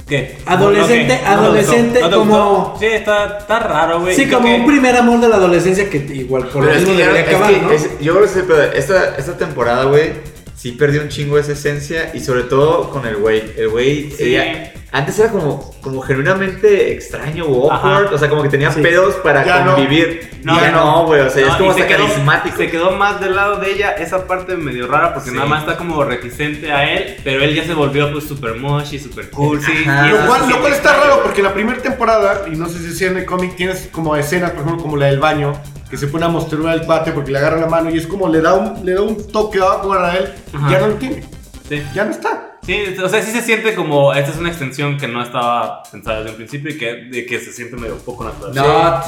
¿Qué? Adolescente- No, ¿qué? No te adolescente gustó, no te como- gustó. Sí, está, está raro, güey. Sí, Creo como que- un primer amor de la adolescencia que igual por lo Pero es mismo que ya- debería es acabar, que ¿no? es- yo creo que sí, pero esta, esta temporada, güey, sí perdió un chingo esa esencia y sobre todo con el güey. El güey, Sí. ella- antes era como, como genuinamente extraño o Ajá. awkward, o sea, como que tenía Sí. pedos para Ya no. convivir. No, ya ya no, güey, o sea, No, es como y se hasta quedó- carismático. Se quedó más del lado de ella esa parte medio rara porque Sí. nada más está como reticente a él, pero él ya se volvió pues super moshi, super cursi. Ajá. y Lo eso cual, lo cual se siente está extraño. raro porque la primera temporada, y no sé si sea en el cómic, tienes como escenas, por ejemplo, como la del baño, que se pone a mostrar al cuate porque le agarra la mano y es como le da un, le da un toque awkward a él, Ajá. ya no lo tiene, Sí. ya no está. Sí, o sea, sí se siente como esta es una extensión que no estaba pensada desde un principio y que, de que se siente medio poco natural. No,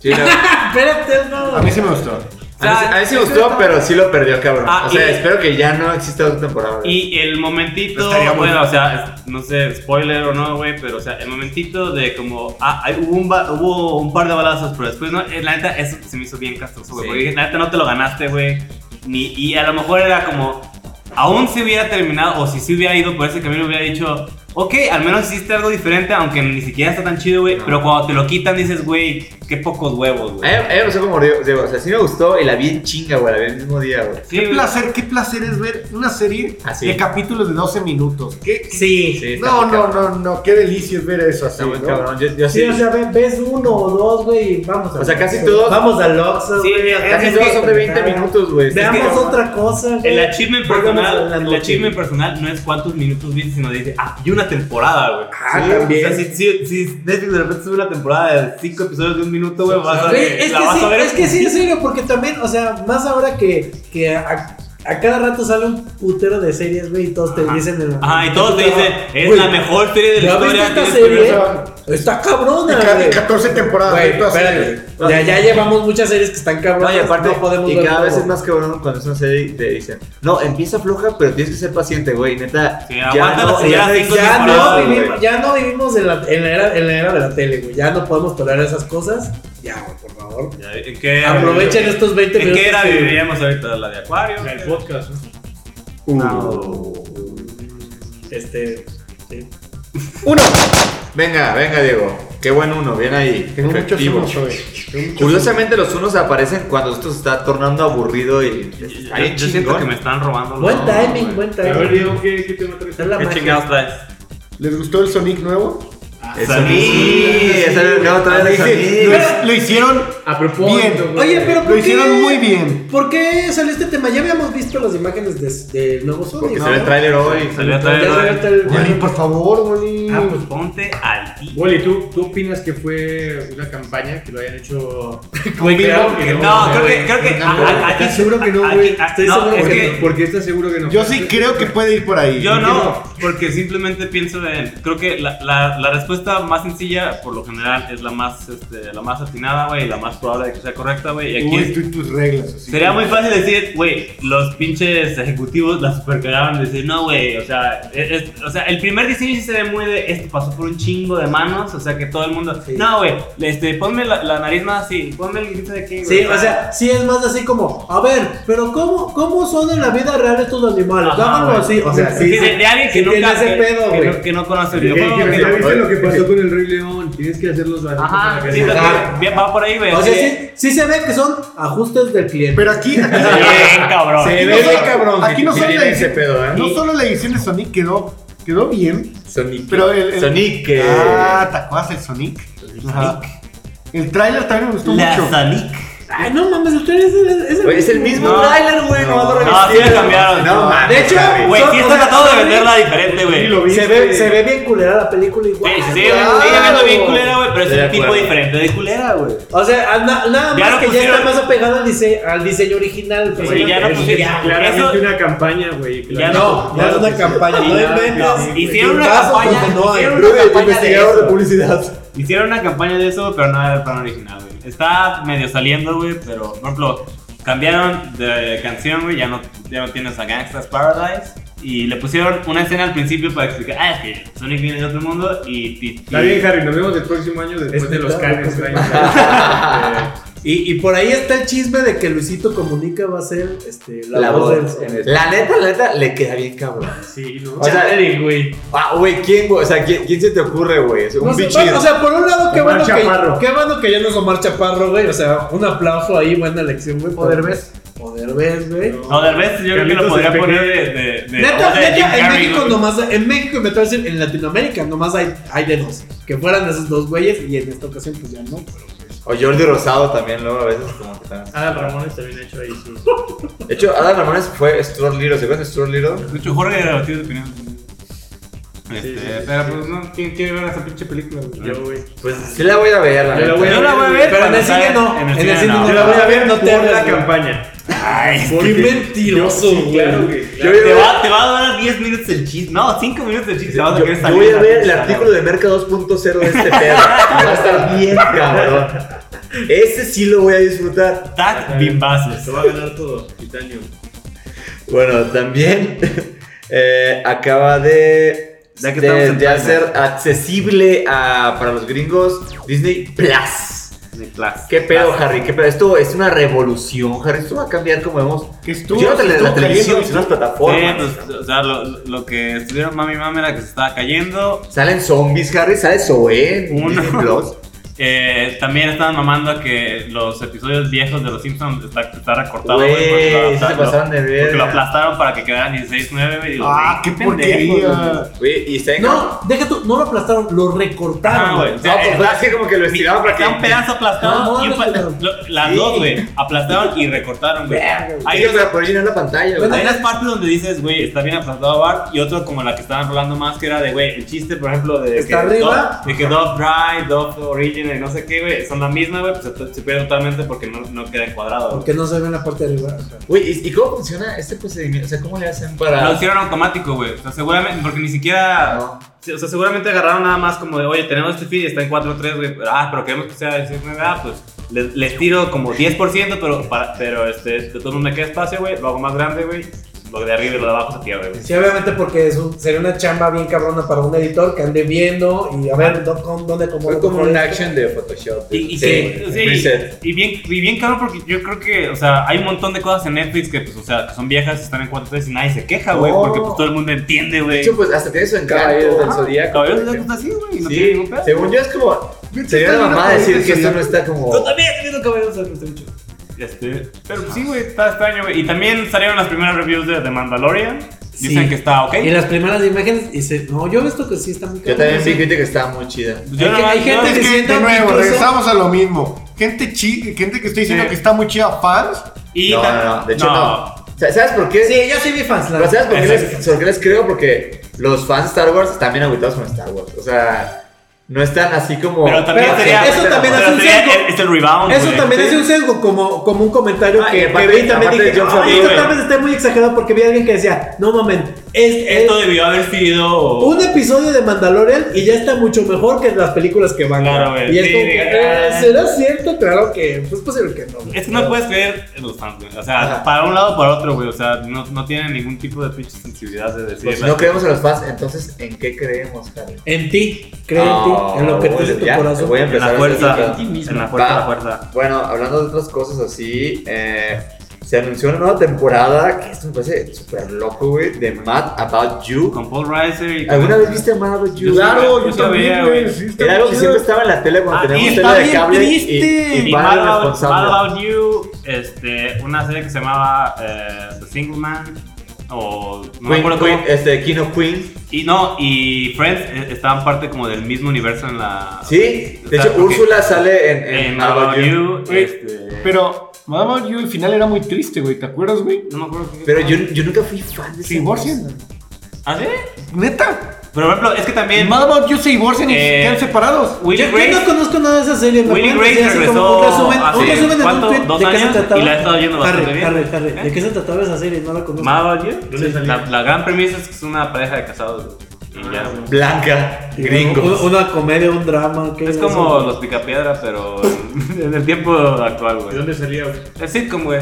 Sí, no. a, Espérate, no. A mí sí me gustó. mí, sí- a mí sí me gustó, pero sí lo perdió, cabrón. Ah, o sea, y- espero que ya no exista otra temporada. güey. Y el momentito, Pues, Estaría muy bueno, bien. o sea, es- no sé, spoiler o no, güey, pero o sea, el momentito de como, ah, hay- hubo, un ba- hubo un par de balazos, pero después, no, eh, la neta, eso se me hizo bien castroso, güey, Sí. porque dije, la neta no te lo ganaste, güey, ni, y a lo mejor era como, aún si hubiera terminado, o si sí hubiera ido por ese camino, hubiera dicho, ok, al menos hiciste algo diferente, aunque ni siquiera está tan chido, güey, No. pero cuando te lo quitan dices, güey, qué pocos huevos, A güey. Eh, mí, a mí me gustó como digo, digo, o sea, sí me gustó y la vi en chinga, güey, la vi el mismo día, güey. Sí, Qué güey. placer, qué placer es ver una serie Así. de capítulos de 12 minutos. Qué- qué- Sí. Sí, está no, muy no, cabrón. no, no, qué delicia es ver eso así, Está muy ¿no? cabrón. Yo, yo sí. Sí, o sea, ve- ves uno o dos, güey, y vamos a O sea, casi todos- Vamos al Oxxo, Sí, güey. es- Casi es todos que- son de 20 minutos, güey. Es Veamos que- otra cosa, güey. El achievement Volvamos a personal, la el noche. achievement personal no es cuántos minutos viste, sino dice, ah, y una temporada, güey. Ah, Sí, también. O sea, si, si- si Netflix de repente sube una temporada de 5 episodios de un minuto, güey, vas a Güey, ver. es la que vas sí, a ver. es que sí, en serio, porque también, o sea, más ahora que, que a, a cada rato sale un putero de series, güey, y todos te Ajá. dicen... el- Ajá, y todos te dicen, es Güey, la mejor serie de este la ¿ya viste historia. esta tienes que serie? verla. Está Y cabrona, ca- güey. y 14 temporadas. Güey, de todas espérate. ellas. Ya, ya llevamos muchas series que están No, cabronas, y aparte, no podemos y ver cada vez todo. es más cabrón cuando es una serie y te dicen, no, empieza floja, pero tienes que ser paciente, güey, neta. Sí, aguanta la Sí, señora ya, no- cinco ya temporadas, no güey. vivimos, ya no vivimos en la, en, la era, en la era de la tele, güey. Ya no podemos tolerar esas cosas. Ya, güey, por favor. Ya, ¿En qué era Aprovechen viviríamos? estos 20 ¿En minutos. qué era que- viviríamos ahorita? ¿La de Acuario? O sea, el podcast, ¿no? Este. sí. Venga, venga, Diego. Qué buen uno, bien ahí. Qué Tengo muchos efectivo. unos, güey. Tengo muchos Curiosamente, los unos aparecen cuando esto se está tornando aburrido y. Yo, Está bien yo siento chingón. que me están robando. los- Buen No, timing, güey. buen A ver, timing. Diego, ¿qué, qué tema traes? Es la ¿Qué magia. chingados traes? ¿Les gustó el Sonic nuevo? El Sonic. Sonic, ya salió nuevo otra vez el Lo, Sonic. lo hicieron, Ah, a propósito. Bien. güey. Oye, pero ¿por lo qué- hicieron muy bien. ¿Por qué salió este tema? Ya habíamos visto las imágenes del de del nuevo Sonic. Porque ¿no? salió el tráiler hoy. Salió a pues, Ya traer- salió hasta el- Wally, por favor, Wally. Ah, pues, Ponte al día. Wally, ¿tú, ¿tú opinas que fue una campaña que lo hayan hecho Güey, Creo que No, creo que, güey. creo que. No, a- Ah, a- estoy aquí- seguro que no, aquí- güey. a- Estoy no, seguro es que que- no. Porque estás seguro que no. Yo sí creo que puede ir por ahí. Yo no, porque simplemente pienso en. Creo que la, la- la respuesta respuesta más sencilla, por lo general, es la más, este, la más atinada, güey, y la más probable de que sea correcta, güey. Y aquí Uy, tú y tus reglas. así Sería que- muy fácil decir, güey, los pinches ejecutivos la supercagaban de decir, no, güey, o sea, es- es- o sea, el primer diseño sí se ve muy de, esto pasó por un chingo de manos, o sea, que todo el mundo, no, güey, este, ponme la, la nariz más así, ponme el grito de aquí, güey. Sí, o sea, sí es más así como, a ver, pero ¿cómo, cómo son en la vida real estos animales? Ajá, Dámelo güey. así, o sea, Sí, sí. de, de alguien que sí tiene nunca ese que- pedo, que, güey. no- que no conoce el Oye, videojuego. que ¿Ya no- viste lo que pasó con el Rey León? Tienes que hacer los baratos Ajá, para que sí, sea- también, bien, va por ahí, güey. O sea, Sí. sí, sí se ve que son ajustes del cliente. Pero aquí, aquí, Bien, cabrón. aquí Se no ve solo- bien cabrón. Aquí no solo, la tiene ese edición, pedo, ¿eh? no solo la edición de Sonic quedó, quedó bien, Sonic. pero el. el- Sonic. eh, Ah, ¿te acuerdas el Sonic? Ajá. El tráiler también me gustó La mucho. Sonic. Ay, no mames, el trailer es, el- es el Oye, es el mismo No. trailer, güey. No, No, sí le cambiaron. No, De hecho, Güey, son- sí o sea, están tratando de son- venderla diferente, güey. Sí, lo Se viste. ve, se ve bien culera la película igual. Sí, sí, sí, güey. sigue viendo bien culera, güey, pero es Estoy de un tipo acuerdo. diferente de culera, güey. O sea, ah, na- nada Ya más lo que ya pusieron. está más apegado al, dise- al diseño original. pues. Sí, güey. ya lo pusieron. Ya, Claramente Eso- una campaña, güey. Ya claramente. no, ya es una campaña, no No, inventes. hicieron una Chingazos campaña, donde no hay. hicieron una Pues campaña de eso. Hicieron una campaña de eso, pero no era el plan original, güey. Está medio saliendo, güey, pero por ejemplo, cambiaron de canción, güey, ya no, ya no tienes a Gangsta's Paradise. Y le pusieron una escena al principio para explicar, ah, es que Sonic viene de otro mundo y... y- Está bien, Harry, nos vemos el próximo año después de los canes. traen- Y, y por ahí está el chisme de que Luisito Comunica va a ser este, la, La voz voz. del. La neta, la neta, le queda bien cabrón. Sí, ¿no? O sea, Chale, güey. Ah, güey, ¿quién, güey? O sea, ¿quién, quién se te ocurre, güey? O sea, Un No sé, bichir. bueno, o sea, por un lado, qué Omar bueno, que, Chaparro. qué bueno que ya no es Omar Chaparro, güey. O sea, un aplauso ahí, buena elección, güey. Poder ves. Poder ves, güey. No, de vez yo creo que lo Carlitos podría Espejo. poner de... de, de Neta, de Jim neta, en Carrey, México güey. nomás, en México y me atrevo a decir, en Latinoamérica nomás hay, hay de dos. Que fueran esos dos güeyes y en esta ocasión pues ya no. pero- O Jordi Rosado también, luego a veces como que también. Adam Ramones también ha hecho ahí su. De hecho, Adam Ramones fue Stuart Little. ¿Se acuerdan de Stuart Little? De hecho, Jorge era batido de opinión. Este, sí, sí, pero sí. pues no, ¿quién quiere ver esa pinche película? güey? Yo, güey. Pues sí la voy a ver, la Yo la neta. voy a Yo la voy a ver, Pero en cuando el cine salga- no. en el cine no. no. Yo la voy a ver no te por la hagas, güey. campaña. Ay, Qué Porque- mentiroso, Yo- sí, güey. Claro que. Yo claro. voy a te, ver- va, te va a durar 10 minutos el chiste. No, 5 minutos el chiste. te vas a Yo, querer yo salir voy de a la ver el pinche artículo de Merca 2.0 de este pedo. Me va a estar bien cabrón. Ese sí lo voy a disfrutar. sala. Tag Bimbases. Te va a ganar todo, titanio. Bueno, también eh, acaba de, Ya que de- estamos en de Prime. hacer accesible a- para los gringos Disney Plus. De clase. ¿Qué pedo, Harry? ¿Qué pedo? Esto es una revolución, Harry. Esto va a cambiar como vemos. Que estuvo- Yo no te- estuvo la televisión, cayendo, sino las Sí, plataformas. pues, o sea, lo, lo que estuvieron mami mami era que se estaba cayendo. Salen zombies, Harry. Sale Zoe. en Uno. Disney Plus. Eh, también estaban mamando que los episodios viejos de los Simpsons está, está recortado. güey, porque lo Güey, sí se adaptaron- pasaron de ver. Porque lo aplastaron para que quedaran 16-9. güey, y digo, Ah, qué güey, porquería. Güey, y está en No, deja tú, no lo aplastaron, lo recortaron. Ah, güey. güey. No, pues fue así como que lo estiraron para que. Está un pedazo aplastado. No, no, y un no, pe- no. lo- Las Sí. dos, güey. Aplastaron y recortaron, güey. Hay, Ellos para poder llenar la pantalla, güey. hay unas partes donde dices, güey, está bien aplastado Bart. Y otro como la que estaban hablando más, que era de, güey, el chiste, por ejemplo, de. Está que arriba. Dove- de que Dove Dry, Dove Origin, y no sé qué, güey. Son la misma, güey. Pues se, se pierde totalmente porque no, no queda encuadrado, güey. Porque no se ve en la parte de arriba. Güey, ¿y- ¿y cómo funciona este procedimiento? O sea, ¿cómo le hacen para.? Lo hicieron automático, güey. O sea, seguramente, porque ni siquiera. No. Sí, O sea, seguramente agarraron nada más como de, oye, tenemos este feed y está en 4-3, güey. pero, Ah, pero queremos que sea de 19, ah, pues les, les tiro como 10%, pero, para, pero este, de todo el mundo me queda espacio, güey. Lo hago más grande, güey. Lo de arriba y lo de abajo se pierde, güey. Sí, obviamente porque es un- sería una chamba bien cabrona para un editor que ande viendo y a ver dó- con- dónde Fue acomodo como mejor un esto. action de Photoshop. Y, y que- sí, preset. y bien, y bien caro porque yo creo que, o sea, hay un montón de cosas en Netflix que, pues, o sea, que son viejas, están en 4-3 y nadie se queja, güey, No. Oh. porque pues todo el mundo entiende, De güey. hecho, pues hasta tiene su Caballeros del Ah, Zodíaco. Zodíaco. Caballeros por del ejemplo. Zodíaco así, güey, no tiene ningún Sí, pedo. según yo es como. Sería la mamá decir que esto no está Tú como. también estás viendo Caballeros del Zodíaco. Este, pero pues, sí, güey, está extraño, güey. Y también salieron las primeras reviews de The Mandalorian. Dicen Sí. que está ok. Y las primeras imágenes dice, no, yo he visto que sí está muy Yo cabrón". también vi gente que estaba muy chida. Pues yo Hay nada que- más- hay yo- gente Es que que, siento de nuevo, incluso- regresamos a lo mismo. Gente, chi, gente que está diciendo Sí. que está muy chida, fans. y No, tam- no, no. De hecho, no. O sea, ¿Sabes por qué? Sí, yo sí vi fans. la Pero verdad. ¿Sabes por qué, Exacto. les, por qué les creo? Porque los fans de Star Wars están bien agüitados con Star Wars. O sea, No están así como. Pero también Pero sería. este, eso también pero es un sería- sesgo. Es el rebound. Eso güey. también es un sesgo, como, como un comentario Ah, y que, aparte- que vi también aparte de dije, John "Ay, Favreau, esto güey". tal vez esté muy exagerado porque vi a alguien que decía, no mamen, es, es Esto debió haber sido. un episodio de Mandalorian y ya está mucho mejor que las películas que van. Claro, güey. güey, Y es sí, como que, diga, "Eh, ah". ¿será cierto? Claro que pues, es posible que no. güey. Es que no puedes creer en los fans, güey. O sea, Ajá. para un lado o para otro, güey. O sea, no, no tienen ningún tipo de pinche sensibilidad de decir. Pues, si no creemos en los fans, entonces ¿en qué creemos, Javi? En ti, cree en ti, en lo que te Ah, dice tu ya, corazón. Voy a en empezar la a fuerza. decir que- En la fuerza, Va. la fuerza. Bueno, hablando de otras cosas así, eh, se anunció una nueva temporada que esto me parece súper loco, güey, de Mad About You. Con Paul Reiser y. ¿Alguna vez viste Mad About You? Yo Claro, yo, Yo sabía, también, güey. güey. sí, está Era algo que chido. siempre estaba en la tele cuando Ah, y teníamos está tele de bien cable triste. y, y padre Y Mad About, Mad responsable. About You, este, una serie que se llamaba eh, The Single Man. O. No me Queen, acuerdo Queen, cómo. este, King of Queens. Y no, y Friends eh, estaban parte como del mismo universo en la. Sí, O de sea, hecho, porque- Úrsula sale en, en Ah, En Mad About You. Güey, este, Pero, mamá, yo el final era muy triste, güey. ¿Te acuerdas, güey? No me acuerdo. qué- Pero yo, yo nunca fui fan de Se esa divorcian. cosa. ¿Ah, sí? Neta. Pero por ejemplo, es que también. Mad About You se divorcian y Eh, se quedan separados. Will Yo, yo Grace- no conozco nada de esa serie. ¿me Willy pueden Grace decir así como regresó un resumen, hace, un resumen en ¿cuánto? un tweet ¿Dos de qué se años? trataba? Y la he estado viendo bastante Harry, bien. Harry, Harry, ¿De ¿Eh? qué se trataba esa serie? No la conozco. Mad About You. ¿Dónde salió? La, la gran premisa es que es una pareja de casados. Y Ah, ya. Blanca, Sí, gringos. un- Una comedia, un drama. ¿qué Es eso? como los picapiedra, pero en en el tiempo actual, ¿De güey. dónde salía? güey? Es sitcom, güey.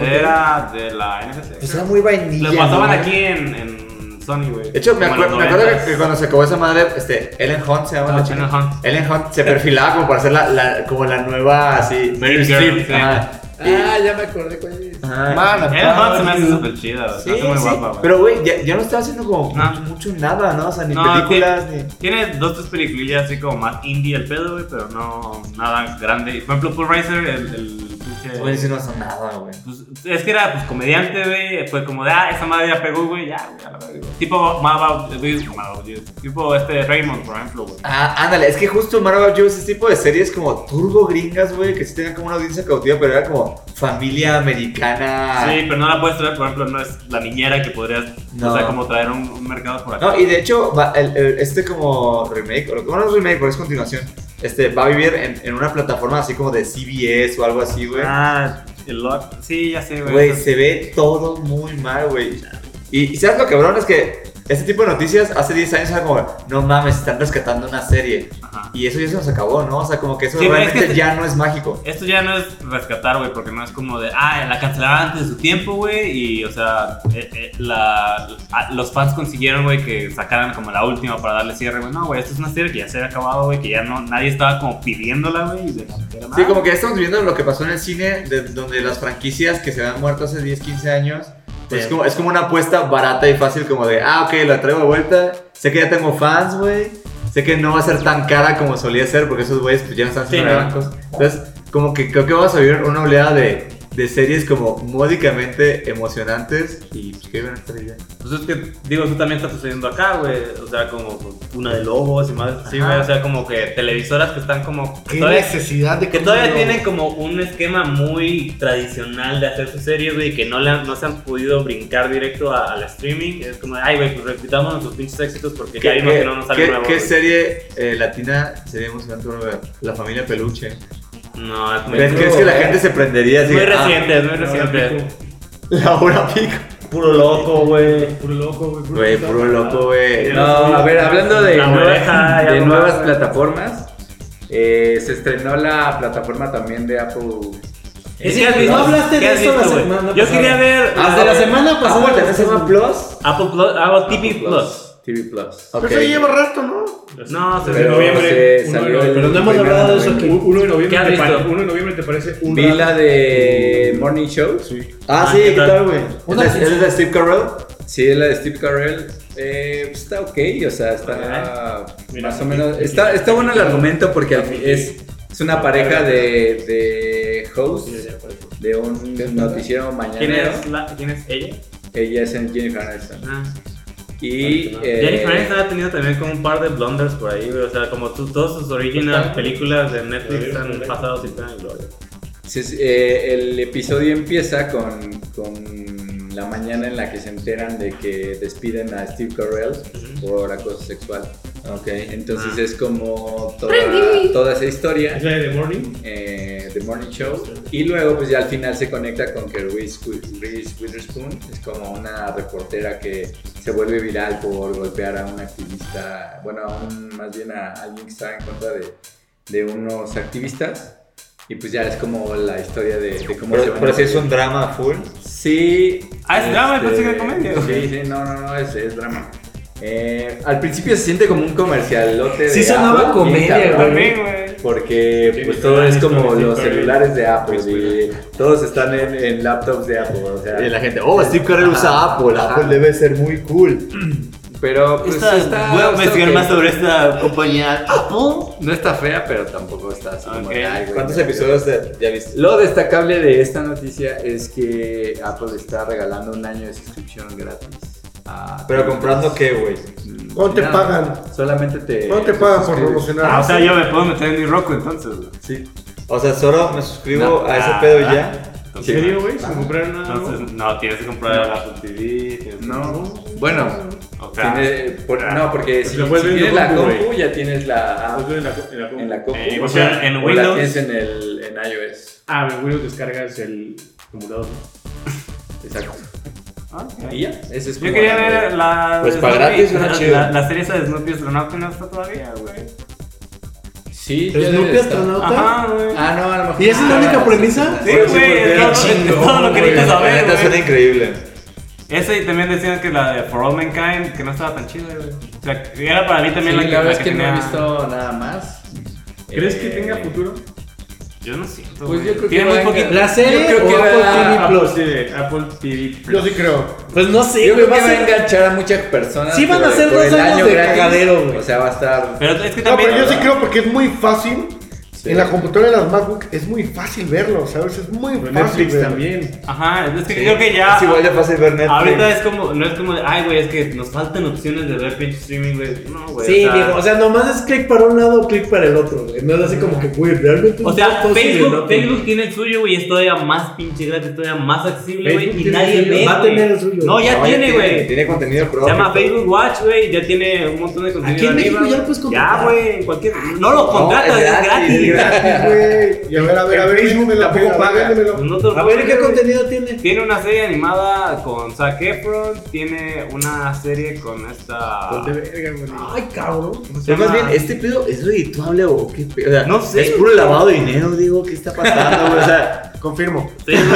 Era de la NFC. Pues era muy vainilla. Lo pasaban ¿no? aquí en, en Sony, güey. De hecho, me, Como en acuer- los me acuerdo 90s. que cuando se acabó esa madre, este, Ellen Hunt se llama Ah, la chica. Ellen Hunt. Ellen Hunt se perfilaba como para hacer la, la- como la nueva así. Meryl Streep, Streep, sí. ajá. Ah, ya me acordé cuál es. Ajá. Ellen Hunt se me hace súper chida, güey. Se Sí, me hace muy sí, guapa, güey. Pero güey, ya, ya no estaba haciendo como No. mucho nada, ¿no? O sea, ni No, películas, ni. Tiene dos, tres peliculillas así como más indie el pedo, güey, pero no nada grande. Por ejemplo, Pool Racer, el, el pinche- Güey, sí no hace nada, güey. Pues, es que era pues, comediante, güey. Fue como de, ah, esa madre ya pegó, güey. Ya, güey, a la verga, güey. Tipo, Mad About You, Mad About You. Tipo, este Raymond, por ejemplo, güey. Ah, ándale, es que justo Marvel Joe ese tipo de series como turbo gringas, güey, que sí tenían como una audiencia cautiva, pero era como familia americana. Sí, pero no la puedes traer, por ejemplo, no es la niñera que podrías, No. o sea, como traer un, un mercado por acá. No, y de hecho, va- el- el- este como remake, o lo- bueno, no es remake, pero es continuación, este, va a vivir en, en una plataforma así como de CBS o algo así, güey. Ah, el lot. Sí, ya sé, güey. Güey, se ve todo muy mal, güey. Y, y sabes lo cabrón es que este tipo de noticias hace 10 años era como, no mames, están rescatando una serie. Ajá. Y eso ya se nos acabó, ¿no? O sea, como que eso Sí, pero es realmente que- ya no es mágico. Esto ya no es rescatar, güey, porque no es como de, ah, la cancelaron antes de su tiempo, güey, y, o sea, eh, eh, la, a- los fans consiguieron, güey, que sacaran como la última para darle cierre, güey. No, güey, esto es una serie que ya se había acabado, güey, que ya no, nadie estaba como pidiéndola, güey, y de la de la Sí, nada. como que ya estamos viviendo lo que pasó en el cine, de- donde las franquicias que se habían muerto hace 10, 15 años, pues Sí. es, como, es como una apuesta barata y fácil, como de, ah, ok, la traigo de vuelta, sé que ya tengo fans, güey, sé que no va a ser tan cara como solía ser, porque esos güeyes pues ya no están Sí, haciendo ¿no? blancos. Entonces, como que creo que vamos a vivir una oleada de, de series como módicamente emocionantes y pues que iban a estar bien. Pues es que, digo, eso también está sucediendo acá, güey, o sea, como una de lobos y más, sí, güey, o sea, como que televisoras que están como... Qué todavía- necesidad de Que todavía no- tienen como un esquema muy tradicional de hacer sus series, güey, que no, le han- no se han podido brincar directo a- al streaming. Es como, ay, güey, pues repitamos nuestros pinches éxitos porque ya vimos que no nos sale qué- nuevo. qué güey". serie eh, latina sería emocionante ver? La familia Peluche. No, es muy, ¿Crees, crees que la gente se prendería así? es muy "Ah, reciente, es muy Ahora reciente. pico. La hora pico. Puro loco, güey. Puro loco, güey. puro Güey, puta puro madre. loco, güey. No, a ver, hablando de, La nuevas- oreja, ya de no nuevas más. plataformas, eh, se estrenó la plataforma también de Apple. Es que no hablaste de eso la semana Yo pasada. quería ver. Hasta la semana pasada. Apple también se llama Plus. Apple Plus, ah, hago TV Plus. TV Plus. Ok. Pero eso lleva rato, ¿no? No, se ve Pero bien. se uno de salió noviembre. el Pero no hemos primero hablado de eso noviembre. aquí. Uno de noviembre, ¿Qué has te pare- visto? uno de noviembre te parece un Vi rato. la de Morning Show. Ah, Ah, sí, ¿qué ¿qué tal? tal, güey? Una ¿Es, de- vez. es de Steve Carell? Sí, la de Steve Carell. eh, pues está ok, o sea, está Mira. más o menos. Está, está bueno el argumento porque al fin es, es una pareja de, de hosts de un noticiero ¿Quién mañanero. es, la, ¿Quién es ella? Ella es Jennifer Aniston. Ah. Y. eh, Jennifer Aniston ha tenido también como un par de blunders por ahí, güey. O sea, como tú, todas sus original películas de Netflix han pasado sin pena ni gloria. Sí, sí, eh, el episodio empieza con, con la mañana en la que se enteran de que despiden a Steve Carell por acoso sexual. Ok, entonces Ah. es como toda, Prendí. toda esa historia. ¿Es la de The Morning? eh, The Morning Show. Y luego, pues ya al final se conecta con que Reese, Wi- Reese Witherspoon es como una reportera que se vuelve viral por golpear a un activista, bueno, a un- más bien a alguien que estaba en contra de, de unos activistas. Y pues ya es como la historia de, de cómo se Pero, van pero si es haciendo. un drama full. Sí. este, Ah, es drama, yo pensé que era comedia. Sí, sí, no, no, no, es, es drama. Eh, al principio se siente como un comercialote. Sí de sonaba Apple, bien comedia, cabrón, También, güey. Porque pues Sí, todo sí, es sí, como sí, los sí, celulares de Apple y todos están en, en laptops de Apple, o sea. Y la gente, oh, Steve Carell usa Ajá, Apple. ajá. Apple debe ser muy cool. Pero pues Esta- está- voy a está investigar ok. más sobre esta compañía. No está fea, pero tampoco está así como Ok. de, "Ay, güey, ¿Cuántos no". episodios de- ya viste? Lo destacable de esta noticia es que Apple está regalando un año de suscripción gratis. a- Pero comprando qué, güey. Mm, ¿Cuánto te nada, pagan? Solamente te. ¿Cuánto te pagan por suscribes. promocionar? Ah, o sea, yo me puedo meter en mi roco entonces. güey. Sí. O sea, solo me suscribo No. a ese Ah, pedo y ah. ya. ¿En Entonces, serio, güey? ¿Se compraron nada? Entonces, no, tienes que comprar Apple TV. tienes que- No. Bueno, O sea, tiene- Ah, por- no, porque Pues si, lo si puedes ver en tienes la la compu, compu, ya tienes la Algo app en la co- en la compu. en la compu. Eh, o o sea, sea, en o Windows- La tienes en, el, en iOS. Ah, en Windows descargas el emulador. Exacto. ah, ok. Y ya. Ese es Yo quería como- ver la. Pues de para Snoopy, gratis suena la- chido. La, la serie esa de Snoopy Astronauta no está todavía, güey. Sí, ya ¿Es debe Snoopy de estar. astronauta? Ajá, güey. Ah, no, a lo mejor. ¿Y esa es la Ah, única no, premisa? Sí, sí, güey, sí, porque- es todo- chingón, es todo lo que güey. necesitas La La neta saber, suena güey. increíble. Esa y también decían que la de For All Mankind, que no estaba tan chida, güey. O sea, que era para mí también Sí, la, que, la verdad la es que que no tenía... he visto nada más. ¿Crees que Eh, tenga futuro? Yo no siento, Pues güey. yo creo que Tiene muy va a poquito... ¿La serie creo que o Apple era TV Apple, Plus? sí, Apple TV Plus. Yo sí creo. Pues no sé, Yo güey, creo va que a va a ser- enganchar a muchas personas. Sí, van a por- ser por dos el años año de gratis. cagadero, güey. O sea, va a estar. Pero es que No, también... pero yo sí ¿verdad? creo porque es muy fácil. En la computadora de las MacBook es muy fácil verlo, ¿sabes? Es muy Pero fácil. Netflix verlo. también. Ajá, es que creo que ya... Es igual de fácil ver Netflix. Ahorita es como, no es como de, ay, güey, es que nos faltan opciones de ver pinche streaming, güey. No, güey. Sí, o sea, digo, o sea, nomás es clic para un lado, clic para el otro, güey. No es así como que, güey, realmente. O es sea, más fácil el Facebook, otro. Facebook tiene el suyo, güey, y es todavía más pinche gratis, todavía más accesible, Facebook güey, y tiene nadie el suyo, ve. va a güey. tener el suyo. No, ya No, tiene, güey. Tiene contenido propio. Se llama Facebook Watch, güey, ya tiene un montón de contenido. Aquí en arriba, México ya güey. puedes Ya, contratar. güey, en cualquier. No lo contratas, es es gratis. gratis, Sí, güey. Y a ver, a ver, a ver, Facebook véndemelo, tampoco a ver, paga. véndemelo. No te lo A ver qué contratas, güey. contenido tiene. Tiene una serie animada con Zac Efron, tiene una serie con esta. Ponte verga, güey. Ay, cabrón. ¿cómo se Pero más bien, llama? ¿este pedo es redituable o qué pedo? O sea, No sé. Es puro lavado de dinero, digo, ¿qué está pasando, güey? O sea, Confirmo. Facebook,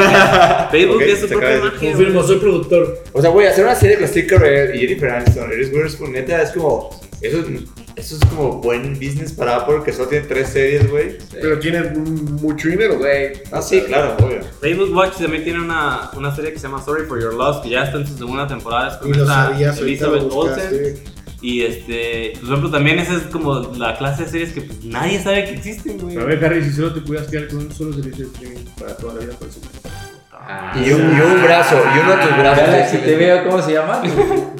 Facebook Ok, es su se acaba propia de- imagen. güey. Confirmo, soy productor. o sea, güey, hacer una serie con Steve Carell y Jennifer Aniston, Reese Witherspoon, neta, es como... Eso, eso es como buen business para Apple, que solo tiene tres series, güey. Pero tiene mm, mucho dinero, güey. Güey. Ah, sí, claro, obvio. Facebook Watch también tiene una, una serie que se llama Sorry for Your Loss, que ya está en su segunda temporada. Es con Y lo esta sabías, ahorita lo Elizabeth Olsen. buscaste. Y este, por ejemplo, también esa es como la clase de series que pues, nadie sabe que existen, güey. Pero a ver, Harry, si solo te pudieras quedar con un solo servicio de streaming para toda la vida, pues. ¿cuál sería? Y un, y un brazo, y uno de tus brazos. Galaxy TV, ¿cómo se llama?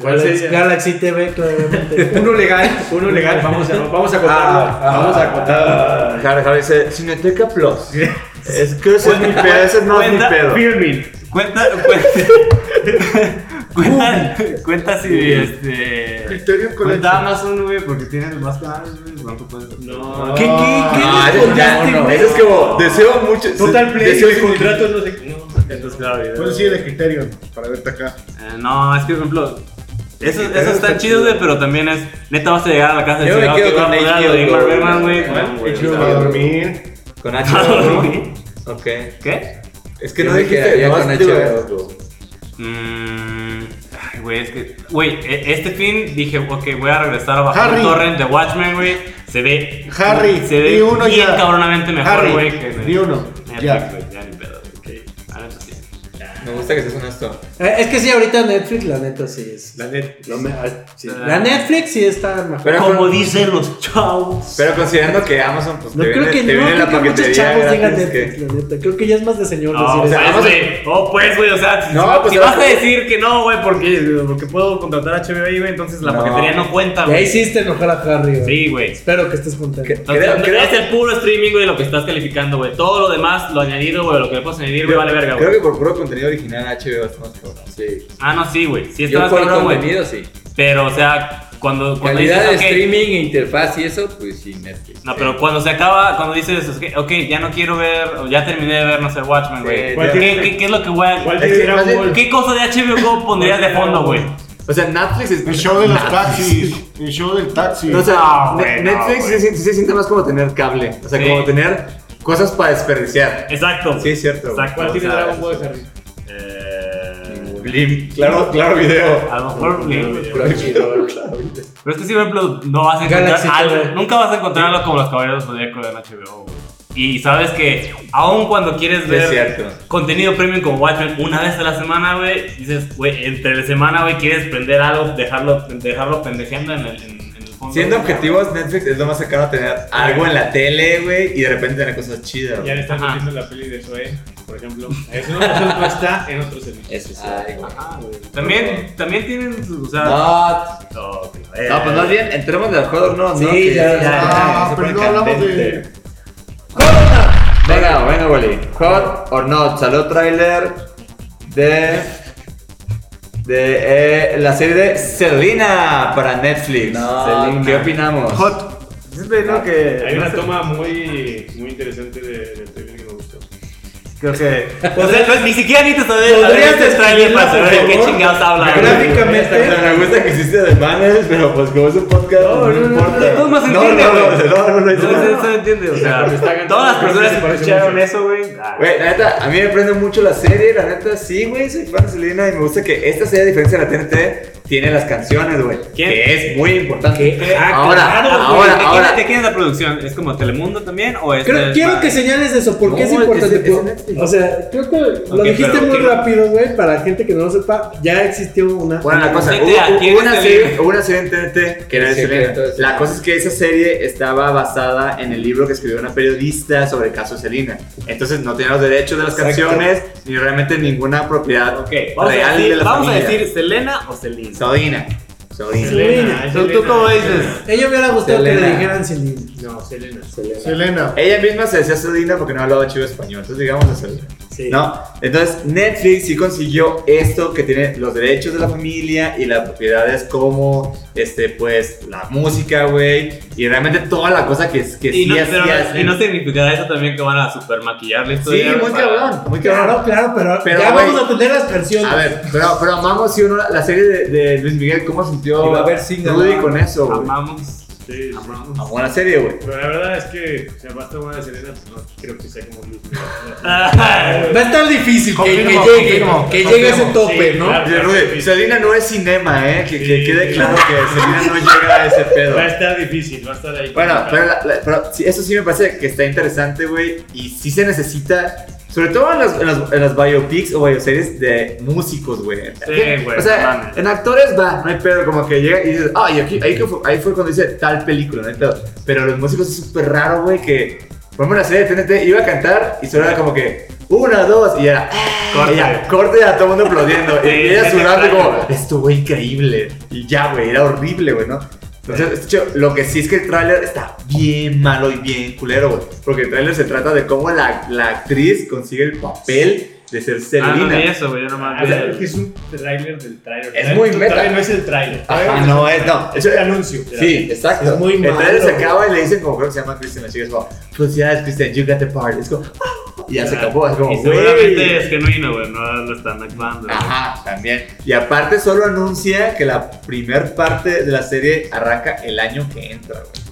Galaxy, Galaxy TV, claramente. Uno legal, uno legal, vamos a, vamos a contarlo. Ah, vamos a contarlo. Jara, Jara dice, Cineteca Plus. Es que ese es mi pedo, ese no es mi Cuenta- pedo. Filmin. Cuenta, cuenta, cuenta, cuenta si este. Criterion Collection. Cuenta Amazon, güey, porque tienen más canales, güey. ¿Cuánto puedes? No. ¿Qué, qué, qué? No, Ah, les eso, ya, contaste, no, güey? eso es como, deseo mucho. Total Play, deseo el infinito. contrato no sé. No, Entonces, claro, ya. ¿Cuál sigue de Criterion? Para verte acá. Eh, no, es que, por ejemplo, eso, pero eso está está chido, güey, chido. pero también es. Neta, vas a llegar a la casa de Yo me Chigao, quedo que va a con poner algo HBO, de Ingmar güey. Bergman, güey. No, güey. ¿Cuál? HBO. Para dormir. Con Dormir. HBO. ok. ¿Qué? Es Yo me quedaría nomás con te digo- HBO. Mmm. Ay, güey, es que. Güey, e- este fin dije, ok, voy a regresar a bajar Harry. un torrent de Watchmen, güey. Se ve. Harry, se ve di uno bien ya. cabronamente mejor, Harry, güey. que en el- di uno, Netflix, ya. güey, ya ni pedo, güey. Ah, neta, sí. Me gusta que seas honesto. Eh, Es que sí, ahorita Netflix, la neta, sí es. La net. lo me- ah, sí. La Netflix sí está mejor. Pero- Como dicen los chavos. Pero considerando que Amazon, pues, No te creo viene, que te no, viene la creo que muchos paquetería chavos digan gratis Netflix, que... la neta. Creo que ya es más de señor No, decir pues, eso. güey. Oh, pues, güey. O sea, si- No, si- pues, si a vas a ver, decir que no, güey, porque, porque puedo contratar a HBO ahí, güey, entonces la No. paquetería no cuenta, Ya güey. hiciste enojar a Harry, güey. Sí, güey. Espero que estés contento. Entonces, Creo- no- creo- es el puro streaming, güey, lo que estás calificando, güey. Todo lo demás, lo añadido, güey, lo que le puedes añadir, güey, vale verga, Creo güey. que por puro contenido original HBO es más cabrón. Sí. Ah, no, sí, güey. Sí, está Yo más por cabrón, güey. contenido, sí. Pero, o sea, cuando, cuando Calidad de dices, "Ok, streaming e interfaz y eso, pues sí, Netflix. No, pero cuando se acaba, cuando dices, ok, ok, ya no quiero ver, o ya terminé de ver, no sé, Watchmen, güey. Sí, ¿Qué, ya. qué, qué es lo que voy a- ¿Cuál Es que de más Dragon bien- Ball? ¿Qué cosa de HBO Go pondrías de fondo, güey? O sea, Netflix es. El show de los Netflix. taxis. El show del taxi. No, o sea, No, Ne- güey, no, Netflix güey. sí se, sí se siente más como tener cable. O sea, Ah, Sí. como tener cosas para desperdiciar. Exacto. güey. Sí, es cierto. güey. Exacto. ¿Cuál tiene o sea, Dragon Ball, Harry? eh, Blim. Claro, claro, video. A lo mejor, güey. Crunchyroll. Pero es que si, por ejemplo, no vas a encontrar Galaxy algo- TV. nunca vas a encontrar algo como los Caballeros Zodíaco en HBO, güey. Y sabes que, aun cuando quieres Sí, es ver cierto. contenido premium como Watchmen una vez a la semana, güey, dices, güey, entre la semana, güey, quieres prender algo, dejarlo, dejarlo pendejeando en el, en, en el fondo. Siendo güey. objetivos, Netflix es lo más cercano a tener algo en la tele, güey, y de repente tener cosas chidas. Ya güey. le están Ajá. metiendo la peli de Zoe, por ejemplo. Eso no, eso no está en otro servicio. Eso sí. Ajá, Ah, güey. También, también tienen, sus- o sea... No, No, ok, eh, No, pues más bien, entremos del horror, ¿no? Sí, ¿no? Que- ya, ya, Ah, pero no hablamos de. Venga, venga, Wally. Hot or not. Salió tráiler de. de eh, la serie de Selena para Netflix. No, Selena. ¿Qué opinamos? Hot. Siempre digo que. Hay una toma muy, muy interesante de- del trailer que me gustó. Creo que. O sea, no, ni siquiera necesitas saber ¿Podrías este trailer para describirla, saber de por qué favor? chingados habla. güey. Gráficamente- Me gusta que hiciste de manes, pero pues como es un podcast. No, no, no, importa. no, todos nos no, entienden, no, güey. no, no, no, no, No, no. no, no se entiende, o sea, todas las personas que escucharon eso, güey. ah, Güey, la neta, a mí me prende mucho la serie, la neta, sí, güey, soy fan de Selena y me gusta que esta serie, a diferencia de la TNT, tiene las canciones, güey, ¿Quién? que es muy importante. eh, ah, ahora, claro, güey. ahora, ¿De quién- ahora. ¿De quién es la producción? ¿Es como Telemundo también? ¿O es Creo- es quiero más- que señales eso, porque Este, No, es importante. es- es po- Netflix. o sea, creo que lo Ok, dijiste pero muy ¿qué? rápido, güey. Para gente que no lo sepa, ya existió una. Bueno, la cosa, Neta, hubo, ¿quién hubo es una Selena? serie, hubo una serie en TNT que era de Sí, Selena. entonces, La sí. cosa es que esa serie estaba basada en el libro que escribió una periodista sobre el caso de Selena. Entonces no tenía los derechos de las Exacto. canciones ni realmente ninguna propiedad Ok, vamos, real a de decir, la vamos a familia. decir Selena o Selena. Selena. Selena. Selena. es ¿Tú- tú cómo dices? Ella hubiera gustado que le Selena. dijeran Selena. No, Selena. Selena. Ella misma se decía Selena porque no hablaba chido español, entonces digamos a Selena. Sí. ¿No? Entonces Netflix sí consiguió esto que tiene los derechos de la familia y las propiedades como, este, pues, la música, güey, y realmente toda la cosa que, que Y sí no, hacía. pero- Selena. y no significará eso también que van a super maquillar sí, la historia. muy para- cabrón, muy Claro, cabrón. claro, pero, ah, Pero, ya güey, vamos a tener las canciones. A ver, pero, pero amamos si uno, la serie de, de Luis Miguel, ¿cómo sintió Y va a haber single, Rudy ¿no? con eso? güey? Amamos. Ah, Sí, sí. Amó la serie, güey. Pero la verdad es que, o sea, basta una de Selena, pues no creo que sea como Luis. Miguel. Va a estar difícil que, que Confirmo, llegue, confirmo, que confirmo. llegue a ese tope, Ah, Sí, ¿no? claro. Oye, Rudy, Selena no es cinema, ¿eh? Que, que Sí. quede claro que Selena no llega a ese pedo. Va a estar difícil, va a estar ahí. Bueno, complicado. pero, la- la- pero sí, eso sí me parece que está interesante, güey. Y sí se necesita, sobre todo en las, en las- en las biopics o bioseries de músicos, güey. Eh, Sí, güey, O sea, mames. en actores va, no hay pedo. Como que llega y dices, ay, aquí, ahí, que fue, ahí fue cuando hice tal película, no hay pedo. Pero los músicos es súper raro, güey, que. Por ejemplo, en la serie de TNT iba a cantar y solo era como que. Una, dos, y era. Corte. Corte. corte a todo el mundo aplaudiendo. y Sí, ella es sudando, extraño, como, güey. estuvo increíble. Y ya, güey, era horrible, güey, ¿no? Entonces, de hecho, lo que sí es que el tráiler está bien malo y bien culero, güey. Porque el tráiler se trata de cómo la, la actriz consigue el papel de ser Ah, no vi Selena. eso, güey. Yo nomás Ah, o vi sea, el- es que es un tráiler del tráiler. Es muy meta. Todavía no es el tráiler. Ajá, no es, no. Es el anuncio. Sí, exacto. Es muy el tráiler malo, se acaba y le dicen como creo que se llama Christian la chica, es como, felicidades Christian, you got the part. Es como, "Ah", y ya se acabó, es como, Y güey. Ah. seguramente es genuino, güey. No lo están actuando. güey. Ajá, también. Y aparte solo anuncia que la primer parte de la serie arranca el año que entra, güey.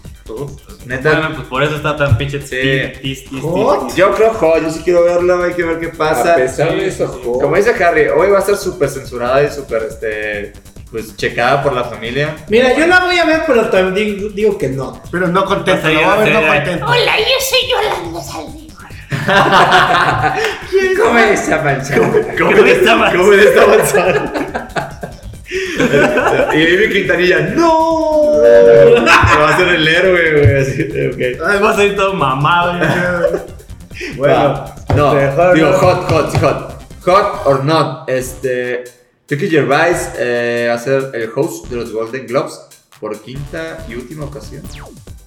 Neta. Ah, Bueno, pues por eso está tan pinche Sí. tis, tis, tis, tis. Hot. Yo creo hot, yo sí quiero verlo, hay que ver qué pasa. a pesar de eso, jo- Como dice Harry, hoy va a estar súper censurada y súper, este, pues checada por la familia. Mira, yo la voy a ver, pero también digo- digo que no. Pero no contento, lo va a ver no contento. Hola, yo soy Yolanda Saldívar. ¿Cómo es esa manzana? ¿Cómo ¿Cómo está está avanzando? ¿Cómo está avanzando? y Vivi Quintanilla, ¡No! Lo va a hacer el héroe, güey. Así, ok. pues, Ay, vas a ir todo mamado. güey. Bueno, no, este, hot, digo, no. hot, hot, sí, hot. Hot or not, este. Ricky Gervais eh, va a ser el host de los Golden Globes por quinta y última ocasión.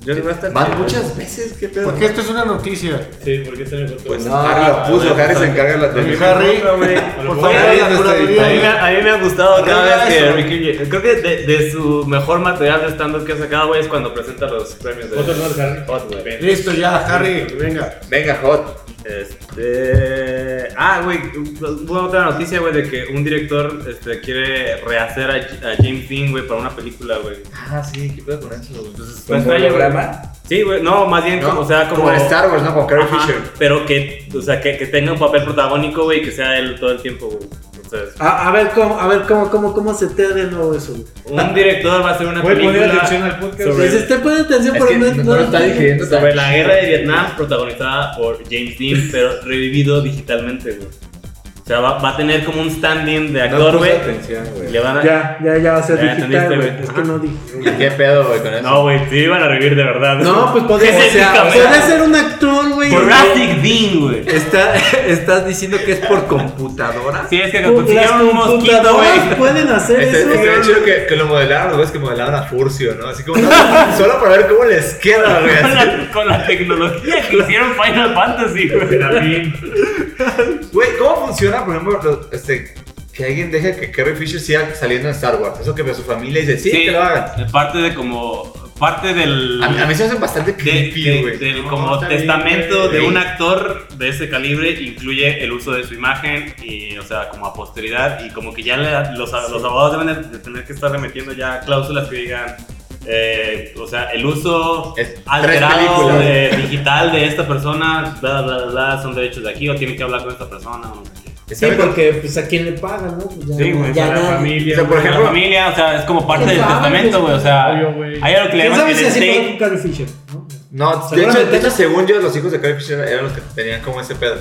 Yo les voy a estar. Van muchas veces, qué pedo. Porque esto es una noticia. Sí, porque está en el Pues Harry lo puso, Harry se encarga de la televisión. Harry, por favor, Ahí está, la curaduría. A mí, me, a mí me ha gustado cada Arregla vez que eso. Ricky Lle- Creo que de, de su mejor material de stand-up que ha sacado, güey, es cuando presenta los premios de. Otro no es Harry. Hot, güey. Listo, ya, Harry, venga. Venga, hot. Este. Ah, güey, hubo otra noticia, güey, de que un director este, quiere rehacer a, a James Dean, güey, para una película, güey. Ah, sí, ¿qué pedo con eso? Fue ¿Con extraño, güey. holograma? Sí, güey, no, más bien, como, Pues o sea, como. en Star Wars, ¿no? Con Carrie Ajá, Fisher. Pero que, o sea, que, que tenga un papel protagónico, güey, y que sea él todo el tiempo, güey. Entonces, A, a ver cómo, a ver cómo, cómo, cómo se te de nuevo eso. güey. un director va a hacer una Voy a poner película atención al podcast. sobre- Si se esté poniendo atención Es por que el no, no lo está digiriendo tan sobre la guerra de Vietnam protagonizada por James Dean, pero revivido digitalmente, güey. O sea, va, va a tener como un stand-in de No actor, puse güey. atención, güey. Le van a... Ya, ya, ya va a ser Ya digital, entendiste, güey. güey. Es que no dije. ¿Qué pedo, güey, con eso? No, güey, sí van a revivir de verdad. No, pues podría ¿Qué o sea, significa, güey? podría ser un actor, güey. Jurassic Dean, güey. Está, estás diciendo que es por computadora. Sí, es que Las consiguieron un mosquito, güey. computadoras pueden hacer Este, eso. este chido que, que lo modelaron, güey, es que modelaron a Furcio, ¿no? Así como solo para ver cómo les queda, güey. Con así. la, con la tecnología que hicieron Final Fantasy, güey. Güey, ¿cómo funciona, por ejemplo, lo- este, que alguien deje que Carrie Fisher siga saliendo en Star Wars? Eso que ve a su familia y dice, sí, que lo hagan. de parte de como. Parte del. A, a mí se me hace bastante de- creepy, de- güey. del como está bien, testamento güey. de un actor de ese calibre incluye el uso de su imagen y o sea como a posteridad y como que ya le- los, los abogados deben de- de tener que estar remetiendo ya cláusulas que digan eh, o sea el uso Es- tres alterado películas. de- digital de esta persona bla bla bla son derechos de aquí o tienen que hablar con esta persona o no sé qué. Sí, porque pues a quién le pagan, ¿no? Pues ya, Sí, güey, ya Para la nadie. familia. O sea, por güey. Con la familia o sea es como parte ¿Quién del sabe, testamento güey o sea Obvio, güey. hay algo que le ¿Quién llaman sabe el si así estate. fue con Carrie Fisher? ¿no? No, de hecho, Seguramente- de hecho, según yo, los hijos de Carrie Fisher eran los que tenían como ese pedo.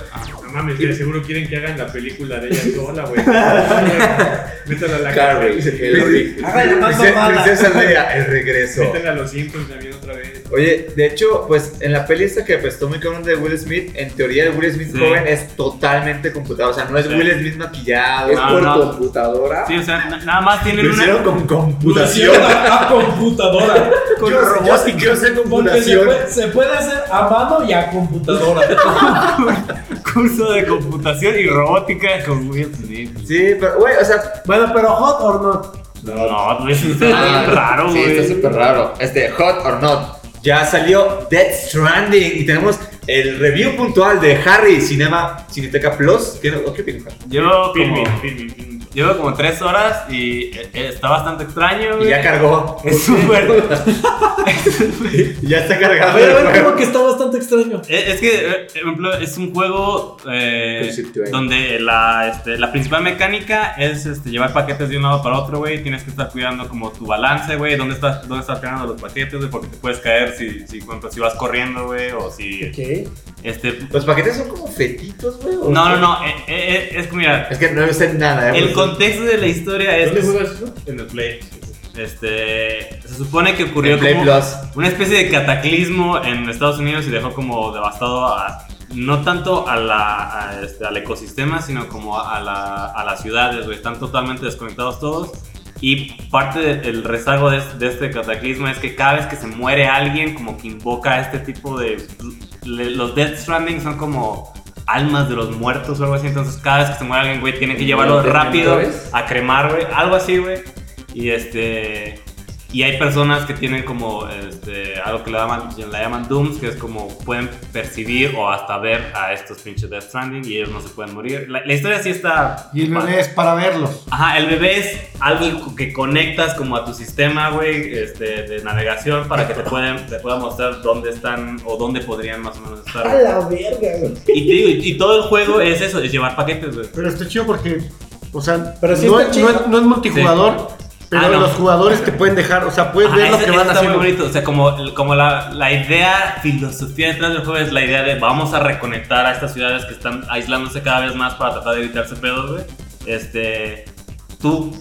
No mames, güey, seguro quieren que hagan la película de ella sola, güey. Métala a la Carrie, cárcel. el origen. Hágale más Princesa mamada. Princesa Leia, el regreso. Métala a los Simpsons también otra vez. Oye, de hecho, pues en la peli esta que apestó muy cabrón de Will Smith, en teoría el Will Smith Sí. joven es totalmente computado. O sea, no es Sí. Will Smith maquillado, es No, por no. computadora. sí o sea na- nada más tienen Lo una hicieron con computación. a, computadora. Yo- yo- yo sé computación. puede hacer a mano y a computadora. curso de computación y robótica con Will Smith. Sí, pero, güey, o sea. bueno, pero hot or not. No, güey, eso está bien raro, ah, Sí, güey. está súper raro. Este, hot or not. Ya salió Death Stranding y tenemos el review puntual de Harry Cinema Cineteca Plus. ¿Qué, qué opinas, Harry? Llevo como, Filmin, filmin, filmin. llevo como tres horas y eh, eh, está bastante extraño, Y güey. ya cargó. Es súper. Y ya está A cargado. ver, el a ver, juego. como que está bastante extraño. Eh, Es que, eh, por ejemplo, es un juego eh, Conceptual. donde la, este, la principal mecánica es este, llevar paquetes de un lado para otro, güey. Tienes que estar cuidando como tu balance, güey. ¿Dónde estás, dónde estás tirando los paquetes, güey? Porque te puedes caer si, si, si vas corriendo, güey. O si... Ok. Este, Los paquetes son como fetitos, güey. ¿o no, no, qué? no. eh, eh, eh, es que, mira, Es que no lo sé nada, eh. El porque- contexto de la historia es ¿Dónde juegas eso? en el Play. Este, se supone que ocurrió En Play como Plus. una especie de cataclismo en Estados Unidos y dejó como devastado a- no tanto a la, a este, al ecosistema, sino como a, la- a las ciudades, güey. Están totalmente desconectados todos. Y parte de- del rezago de, de este cataclismo es que cada vez que se muere alguien, como que invoca a este tipo de... le- los Death Stranding son como almas de los muertos o algo así. Entonces cada vez que se muere alguien, güey, tienen que llevarlo ¿Los rápido dementores? a cremar, güey. Algo así, güey. Y este... Y hay personas que tienen como este, algo que le llaman, le llaman Dooms, que es como pueden percibir o hasta ver a estos pinches Death Stranding y ellos no se pueden morir. La, la historia sí está... Y el padre. bebé es para verlos. Ajá, el bebé es algo que conectas como a tu sistema, güey, este, de navegación para que te puedan, te pueda mostrar dónde están o dónde podrían más o menos estar. A la verga, güey. Y, te digo, y- y todo el juego es eso, es llevar paquetes, güey. Pero está chido porque, o sea, Pero sí no, está es- chido. no es- no es multijugador, pero Ah, no. los jugadores te pueden dejar, o sea, Ah, puedes Ajá, ver lo Ah, ese- que ese van está muy haciendo. bonito, o sea, como, como la, la idea, filosofía detrás del juego es la idea de vamos a reconectar a estas ciudades que están aislándose cada vez más para tratar de evitarse pedos, güey. Este, tú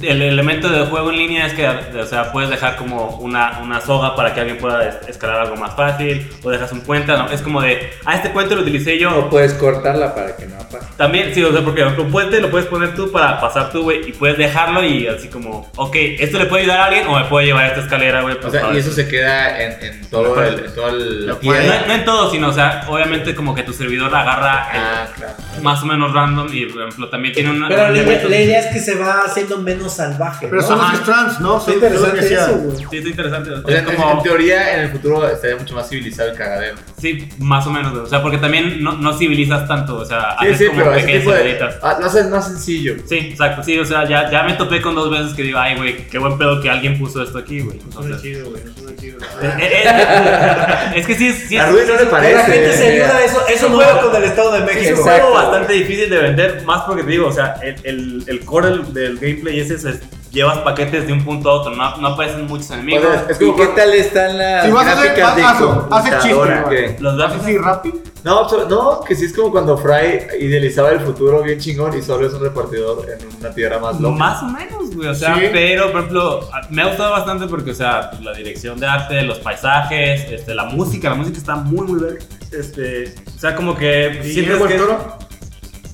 El elemento de juego en línea es que, o sea, puedes dejar como una, una soga para que alguien pueda es- escalar algo más fácil, o dejas un puente, no, es como de, ah, este puente lo utilicé yo. O puedes cortarla para que no pase. También, sí, o sea, porque un puente lo puedes poner tú para pasar tú, güey, y puedes dejarlo y así como, ok, esto le puede ayudar a alguien o me puedo llevar a esta escalera, güey. O pues, sea, para- y eso se queda en, en todo el, en toda La la No, tienda. no en todo, sino, o sea, obviamente como que tu servidor agarra el- Ah, claro. más o menos random y, por ejemplo, también tiene una... Pero la, un idea- elemento- la idea es que se va haciendo menos salvaje. Pero ¿no? son Ajá. los strands, ¿no? Son son los Está que interesante hacían. eso, güey. Sí, está interesante. O sea, es en- como- en teoría, en el futuro estaría mucho más civilizado el cagadero. Sí, más o menos, güey. o sea, porque también no, no civilizas tanto, o sea, Sí, haces sí, Ah, como pero ese pequeñas tipo de. ciudaditas. Ah, lo haces más sencillo. Sí, exacto, sí, o sea, ya, ya me topé con dos veces que digo, ay, güey, qué buen pedo que alguien puso esto aquí, güey. Suena Entonces, chido, güey. Suena chido. eh, eh, eh, es que sí, es- sí, es- A Rubén no le Pero parece. eh, la gente se ayuda a eso. Eso No. juego con el Estado de es un México. juego Exacto, bastante difícil de vender, más porque te digo, o sea, el, el, el core del, del gameplay es eso, es llevas paquetes de un punto a otro, no, no aparecen muchos O enemigos. sea, Pues es como ¿Y qué que- tal están las Si vas a hacer- gráficas de haz- hazlo, haz el chiste, computadora? ¿no? que- Los gráficos ¿Así rápido? No, so- no, que sí es como cuando Fry idealizaba el futuro bien chingón y solo es un repartidor en una tierra más Lo loca. más o menos, güey. O sea, Sí. pero, por ejemplo, a- me ha gustado bastante porque, o sea, pues, la dirección de arte, los paisajes, este, la música, la música está muy, muy bien. Este, o sea, como que. sientes Guillermo que- del Toro?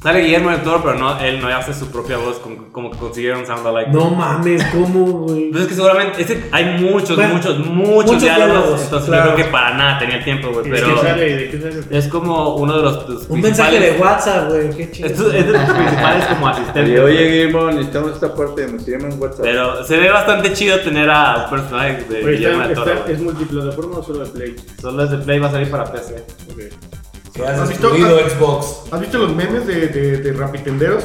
Sale Guillermo del Toro, pero no, él no hace su propia voz, como, como que consiguieron sound alike. No mames, ¿cómo, güey? Entonces, que seguramente. este- hay muchos, Bueno, muchos, muchos, muchos diálogos. diálogos, entonces, claro. yo creo que para nada tenía tiempo, güey. ¿De qué Pero sale? ¿De qué sale? es como uno de los. tus Un mensaje de principales- WhatsApp, güey. Qué chido. Esto- es de los principales como asistentes. güey. Guillermo, necesitamos esta parte, metíme en WhatsApp. Pero se ve bastante chido tener a un personaje de Pero Guillermo está, del Toro. está, güey. ¿Es multiplataforma o solo de Play? Solo es de Play, va a salir para PC. Que has ¿Has visto- destruido Xbox. ¿Has visto los memes de, de, de rapitenderos?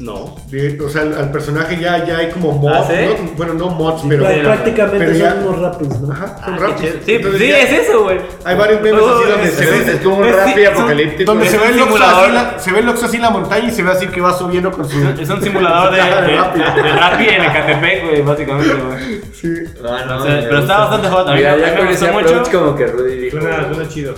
No. De- o sea, al, al personaje ya, ya hay como mods. ¿Ah, sí? ¿no? Bueno, no mods, Prá- pero. prácticamente pero ya- son unos rapis, ¿no? Ajá, son Ah, rapis. qué chido. Sí, Entonces sí, ya- es eso, güey. Hay varios memes Oh, así donde es- se es- ve. Es como un Es- rap sí, son- apocalíptico. Donde es se un ve, el Oxxo así, simulador. la, se ve el Oxxo así en la montaña y se ve así que va subiendo con su. Es un simulador de, Cara de Rappi. de, de Rappi en Ecatepec, güey, básicamente, güey. No, no, O sea, me pero gusta. está bastante joven. A mí Mira, me- ya me con gustó ese mucho. approach como que Rudy dijo. Suena, suena chido.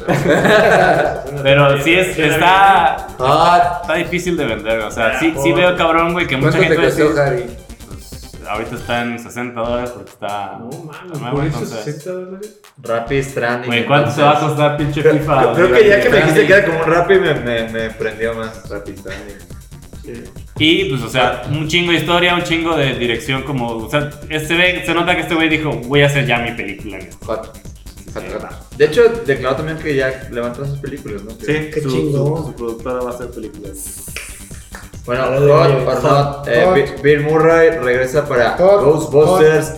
Pero sí es, está, Ah, está difícil de vender, güey. o sea, sí, sí veo cabrón, güey, que mucha ¿cuánto te gente costó, dice, Harry? pues, ahorita está en 60 dólares porque está No, mano, está nuevo, por eso entonces. 60 dólares. Rapid Stranding. Güey, ¿cuánto se va a costar pinche FIFA? Creo, creo güey? que ya que me dijiste que era como un rap y me, me, me prendió más Rapid Stranding. Y pues, o sea, un chingo de historia, un chingo de dirección, como, o sea, este ve- se nota que este güey dijo, voy a hacer ya mi película. güey". Hot. Hot Rap. De hecho, declaró también que ya levantan sus películas, ¿no? Sí, Qué su, chingón. su- su productora va a hacer películas. Bueno, Ahora de- Hot or Not. eh, Hot. Bi- Bill Murray regresa para Hot. Ghostbusters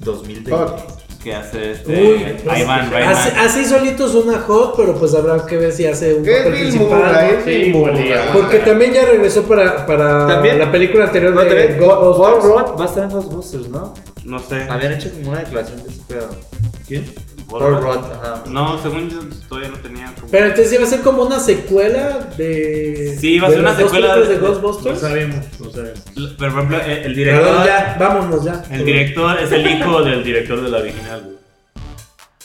2020. Hot. Que hace este Uy, pues, Ivan Reitman. Así, así solito es una hot, pero pues habrá que ver si hace un Es papel Bill principal. Murray, ¿no? es Sí, Bill igualía. Murray. Porque también ya regresó para, para Ah. ¿También? la película anterior No, de también, Go- Paul Paul Ghostbusters. Rudd va a estar en Ghostbusters, ¿no? No sé. Habían hecho como una declaración de ese pedo. ¿Quién? Paul Rudd, ajá. No, según yo todavía no tenía como... Pero entonces iba a ser como una secuela de. Sí, iba a ser de una las dos secuela películas de, de- No Ghostbusters. sabemos, no sabemos. Pero, por ejemplo, el, el Perdón, director... ya, vámonos ya. El director es el hijo del director de la original, güey.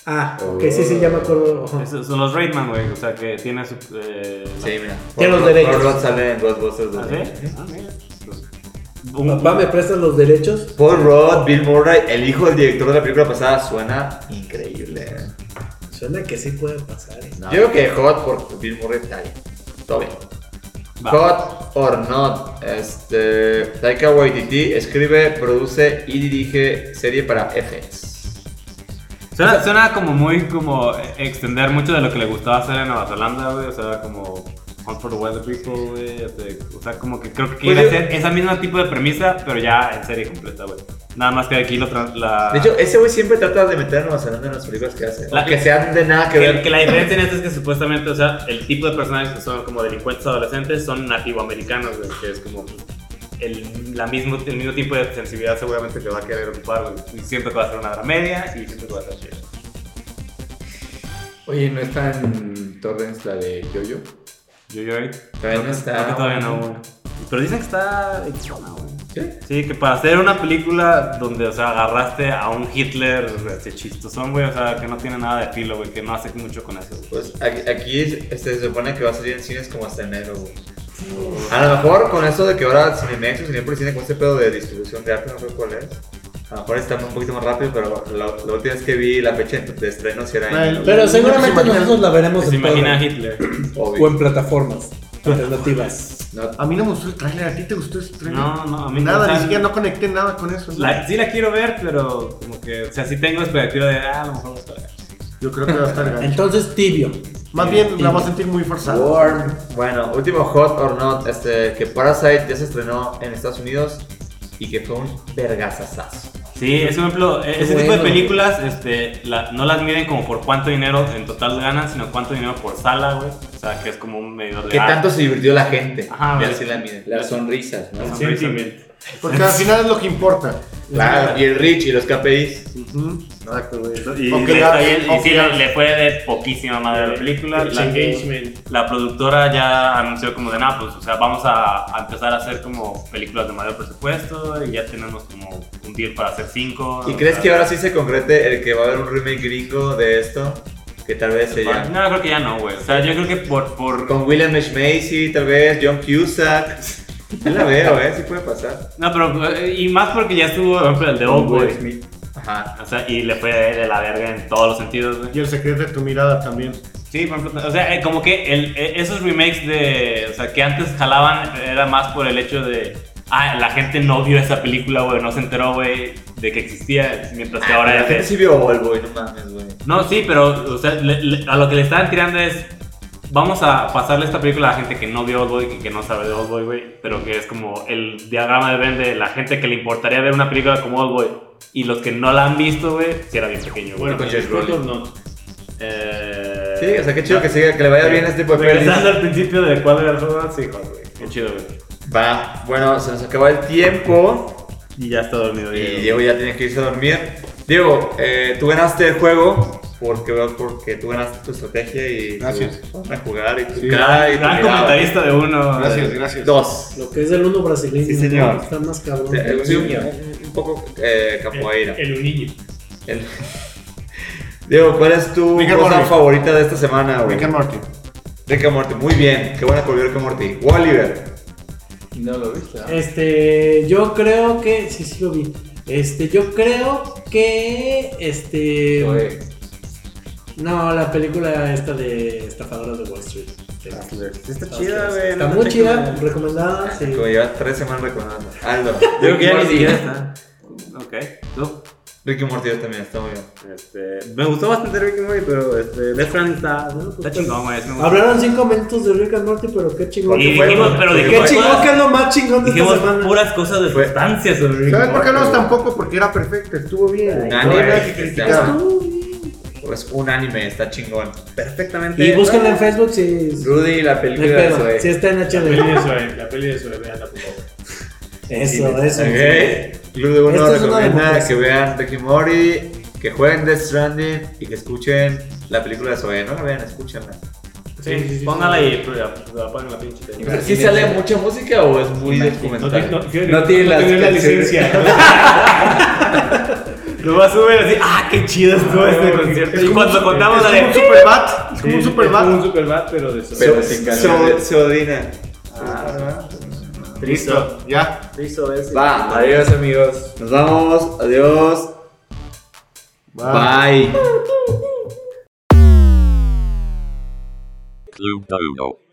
Ah, ok, sí, sí, ya me acuerdo. ajá. Esos Son los Reitman, güey, o sea, que tiene su... eh, Sí, mira. Tiene los Paul Rudd- derechos. Paul Rudd sale en Ghostbusters ¿Ah, 2020. sí? Ah, mira. Un- Papá, ¿me prestas los derechos? Paul Rudd, Bill Murray, el hijo del director de la película pasada, suena increíble. Suena que sí puede pasar. ¿eh? Yo creo que Hot por Bill Murray está bien. Todo bien. Va. Hot or Not. Este, Taika Waititi escribe, produce y dirige serie para FX. Suena, suena como muy como extender mucho de lo que le gustaba hacer en Nueva Zelanda, güey. O sea, como Hunt for the Weather People, güey. O sea, o sea, como que creo que quiere Pues yo- hacer esa misma tipo de premisa, pero ya en serie completa, güey. Nada más que aquí lo tran- la, De hecho, ese güey siempre trata de meter a Nueva Zelanda en las películas que hace. La- que sean de nada que que, ver. que la diferencia en esto es que supuestamente, o sea, el tipo de personajes que son como delincuentes adolescentes son nativoamericanos, güey, que es como el, la mismo, el mismo tipo de sensibilidad seguramente que va a querer ocupar, güey. Y siento que va a ser una dramedia y siento que va a ser chido. Oye, ¿no está en Torrens la de Jojo? Yo, yo, eh. Todavía no Creo que Ah, está. todavía no, güey. Pero dicen que está hechona, güey. ¿Sí? Sí, que para hacer una película donde, o sea, agarraste a un Hitler ese chistosón, güey, o sea, que no tiene nada de filo, güey, que no hace mucho con eso, güey. Pues aquí, aquí, este, se supone que va a salir en cines como hasta enero, güey. A lo mejor con esto de que ahora Cinemex o Cinepolis tiene con este pedo de distribución de arte, no sé cuál es. A lo mejor estamos un poquito más rápido, pero la, la última vez que vi la fecha de estreno sí era en... Pero seguramente nosotros la veremos pues, Se en imagina a torre Hitler. Obvio. o en plataformas alternativas. A mí no me gustó el trailer, a ti te gustó ese trailer. No, no, a mí no, o Nada, sea, ni siquiera no conecté nada con eso. la- sí la quiero ver, pero como que, o sea, sí tengo expectativa de, ah, a lo mejor no está bien. Yo creo que va a estar gacho. Entonces, tibio. Más bien la voy a sentir muy forzada. Warm. Bueno, último hot or not, este, que Parasite ya se estrenó en Estados Unidos y que fue un vergasasazo. Sí, es un ejemplo, e- ese tipo de bueno. películas este, la- no las miden como por cuánto dinero en total ganan, sino cuánto dinero por sala, güey. O sea, que es como un medidor de ah, Que arte. tanto se divirtió la gente. Ajá, Y güey. así la miden. Las sonrisas, ¿no? Sentiment. Porque al final es lo que importa. Claro, y el Rich y los KPIs. Mm. Exacto, güey. Y Ok, ya, Y, está bien, y ok, sí, ya. le, le fue de poquísima madre a la película. el La, que- engagement. la productora ya anunció como de nada, pues, o sea, vamos a, a empezar a hacer como películas de mayor presupuesto y ya tenemos como un deal para hacer cinco. ¿Y o crees sea, que ahora sí se concrete el que va a haber un remake gringo de esto? Que tal vez se llame. No, creo que ya no, güey. O sea, yo creo que por... por Con William H. Macy, tal vez, John Cusack. Yo la veo, ¿eh? Sí puede pasar. no, pero... eh, Y más porque ya estuvo, por ejemplo, el de Con Old Will Boy. Smith. Ajá. O sea, y le fue de, de la verga en todos los sentidos, güey. Y el secreto de tu mirada también. Sí, por ejemplo, o sea, eh, como que el- eh, esos remakes de, o sea, que antes jalaban era más por el hecho de, ah, la gente no vio esa película, güey, no se enteró, güey, de que existía, mientras que ahora La Ah, es de- gente sí vio Old Boy, no mames, güey. No, sí, pero, o sea, le- le- a lo que le estaban tirando es, vamos a pasarle esta película a la gente que no vio Oldboy, que, que no sabe de Oldboy, güey, pero que es como el diagrama de Ben de la gente que le importaría ver una película como Oldboy y los que no la han visto, güey, si era bien pequeño, güey. Bueno, Con con Josh Brolin. or not. Eh, Sí, o sea, qué chido que siga, que le vaya bien a este tipo de pelis. Regresando al principio de cuál era el juego, sí, joder, güey. Qué chido, güey. Va, bueno, se nos acabó el tiempo Y ya está dormido. y Diego ya tiene que irse a dormir. Diego, eh, tú ganaste el juego porque, porque tú ganaste tu estrategia y Gracias. tu forma de jugar y tu Sí. cara y tu Gran mirada. comentarista de uno. Gracias, de- gracias. Dos. Lo que es el uno brasileño. Sí, señor. ¿no? Está más O cabrón. sea, soy un, un poco eh, capoeira. El, el uniño. El- Diego, ¿cuál es tu Rick and cosa Morty. favorita de esta semana, güey? Rick and Morty. Rick and Morty, muy bien. Qué buena colgó Rick and Morty. Oliver. No lo viste. Este, yo creo que. Sí, sí lo vi. Este, yo creo que. Este. No, la película esta de Estafadoras de Wall Street. Está chida, Está muy chida, recomendada. sí. Como llevas tres semanas recomendando. Aldo. Digo que ya ni Morty. siquiera está. Ok, tú. Ricky Morty también está muy bien. Este, me gustó bastante Rick and Morty, pero este, Best Friend está, está chingón, güey. sí me gustó. Hablaron cinco minutos de Rick and Morty, pero qué chingón. Y que fue. dijimos, pero Porque Qué dijimos, chingón que puras, es lo más chingón de esta dijimos semana. puras cosas de Fue- sustancia sobre Rick ¿Sabes and por qué no Morty, es güey. tampoco? Porque era perfecto, estuvo bien. Un No había anime. que criticar. Está, pues un anime, está chingón. Perfectamente. Y búsquenla en Facebook si. Rudy, la no película hay de pedo, Zoe. si está en La peli HD. de Zoe, la peli de Zoe, veanla por favor. Eso, eso. Ok. Club de Este Uno Esto es una recomienda democracia. que vean Ricky Morty, que jueguen Death Stranding y que escuchen la película de Zoe. No la vean, escúchenla. Sí, póngala y pues, ap- apaguen la pinche tele. ¿Sí sale mucha música o es muy No, tiene- no, documental? fíjate, No tiene las tiene la canciones. licencia. Lo va a subir así, ah, qué chido estuvo este concierto. Y cuando contamos la Es como un de... Superbat. Es como un Es como un Superbat. Superbad, pero de Zoe. Pero sin canciones. Sodina. Listo. Ya. Va, adiós amigos. Nos vamos, adiós. Bye. Club Uno.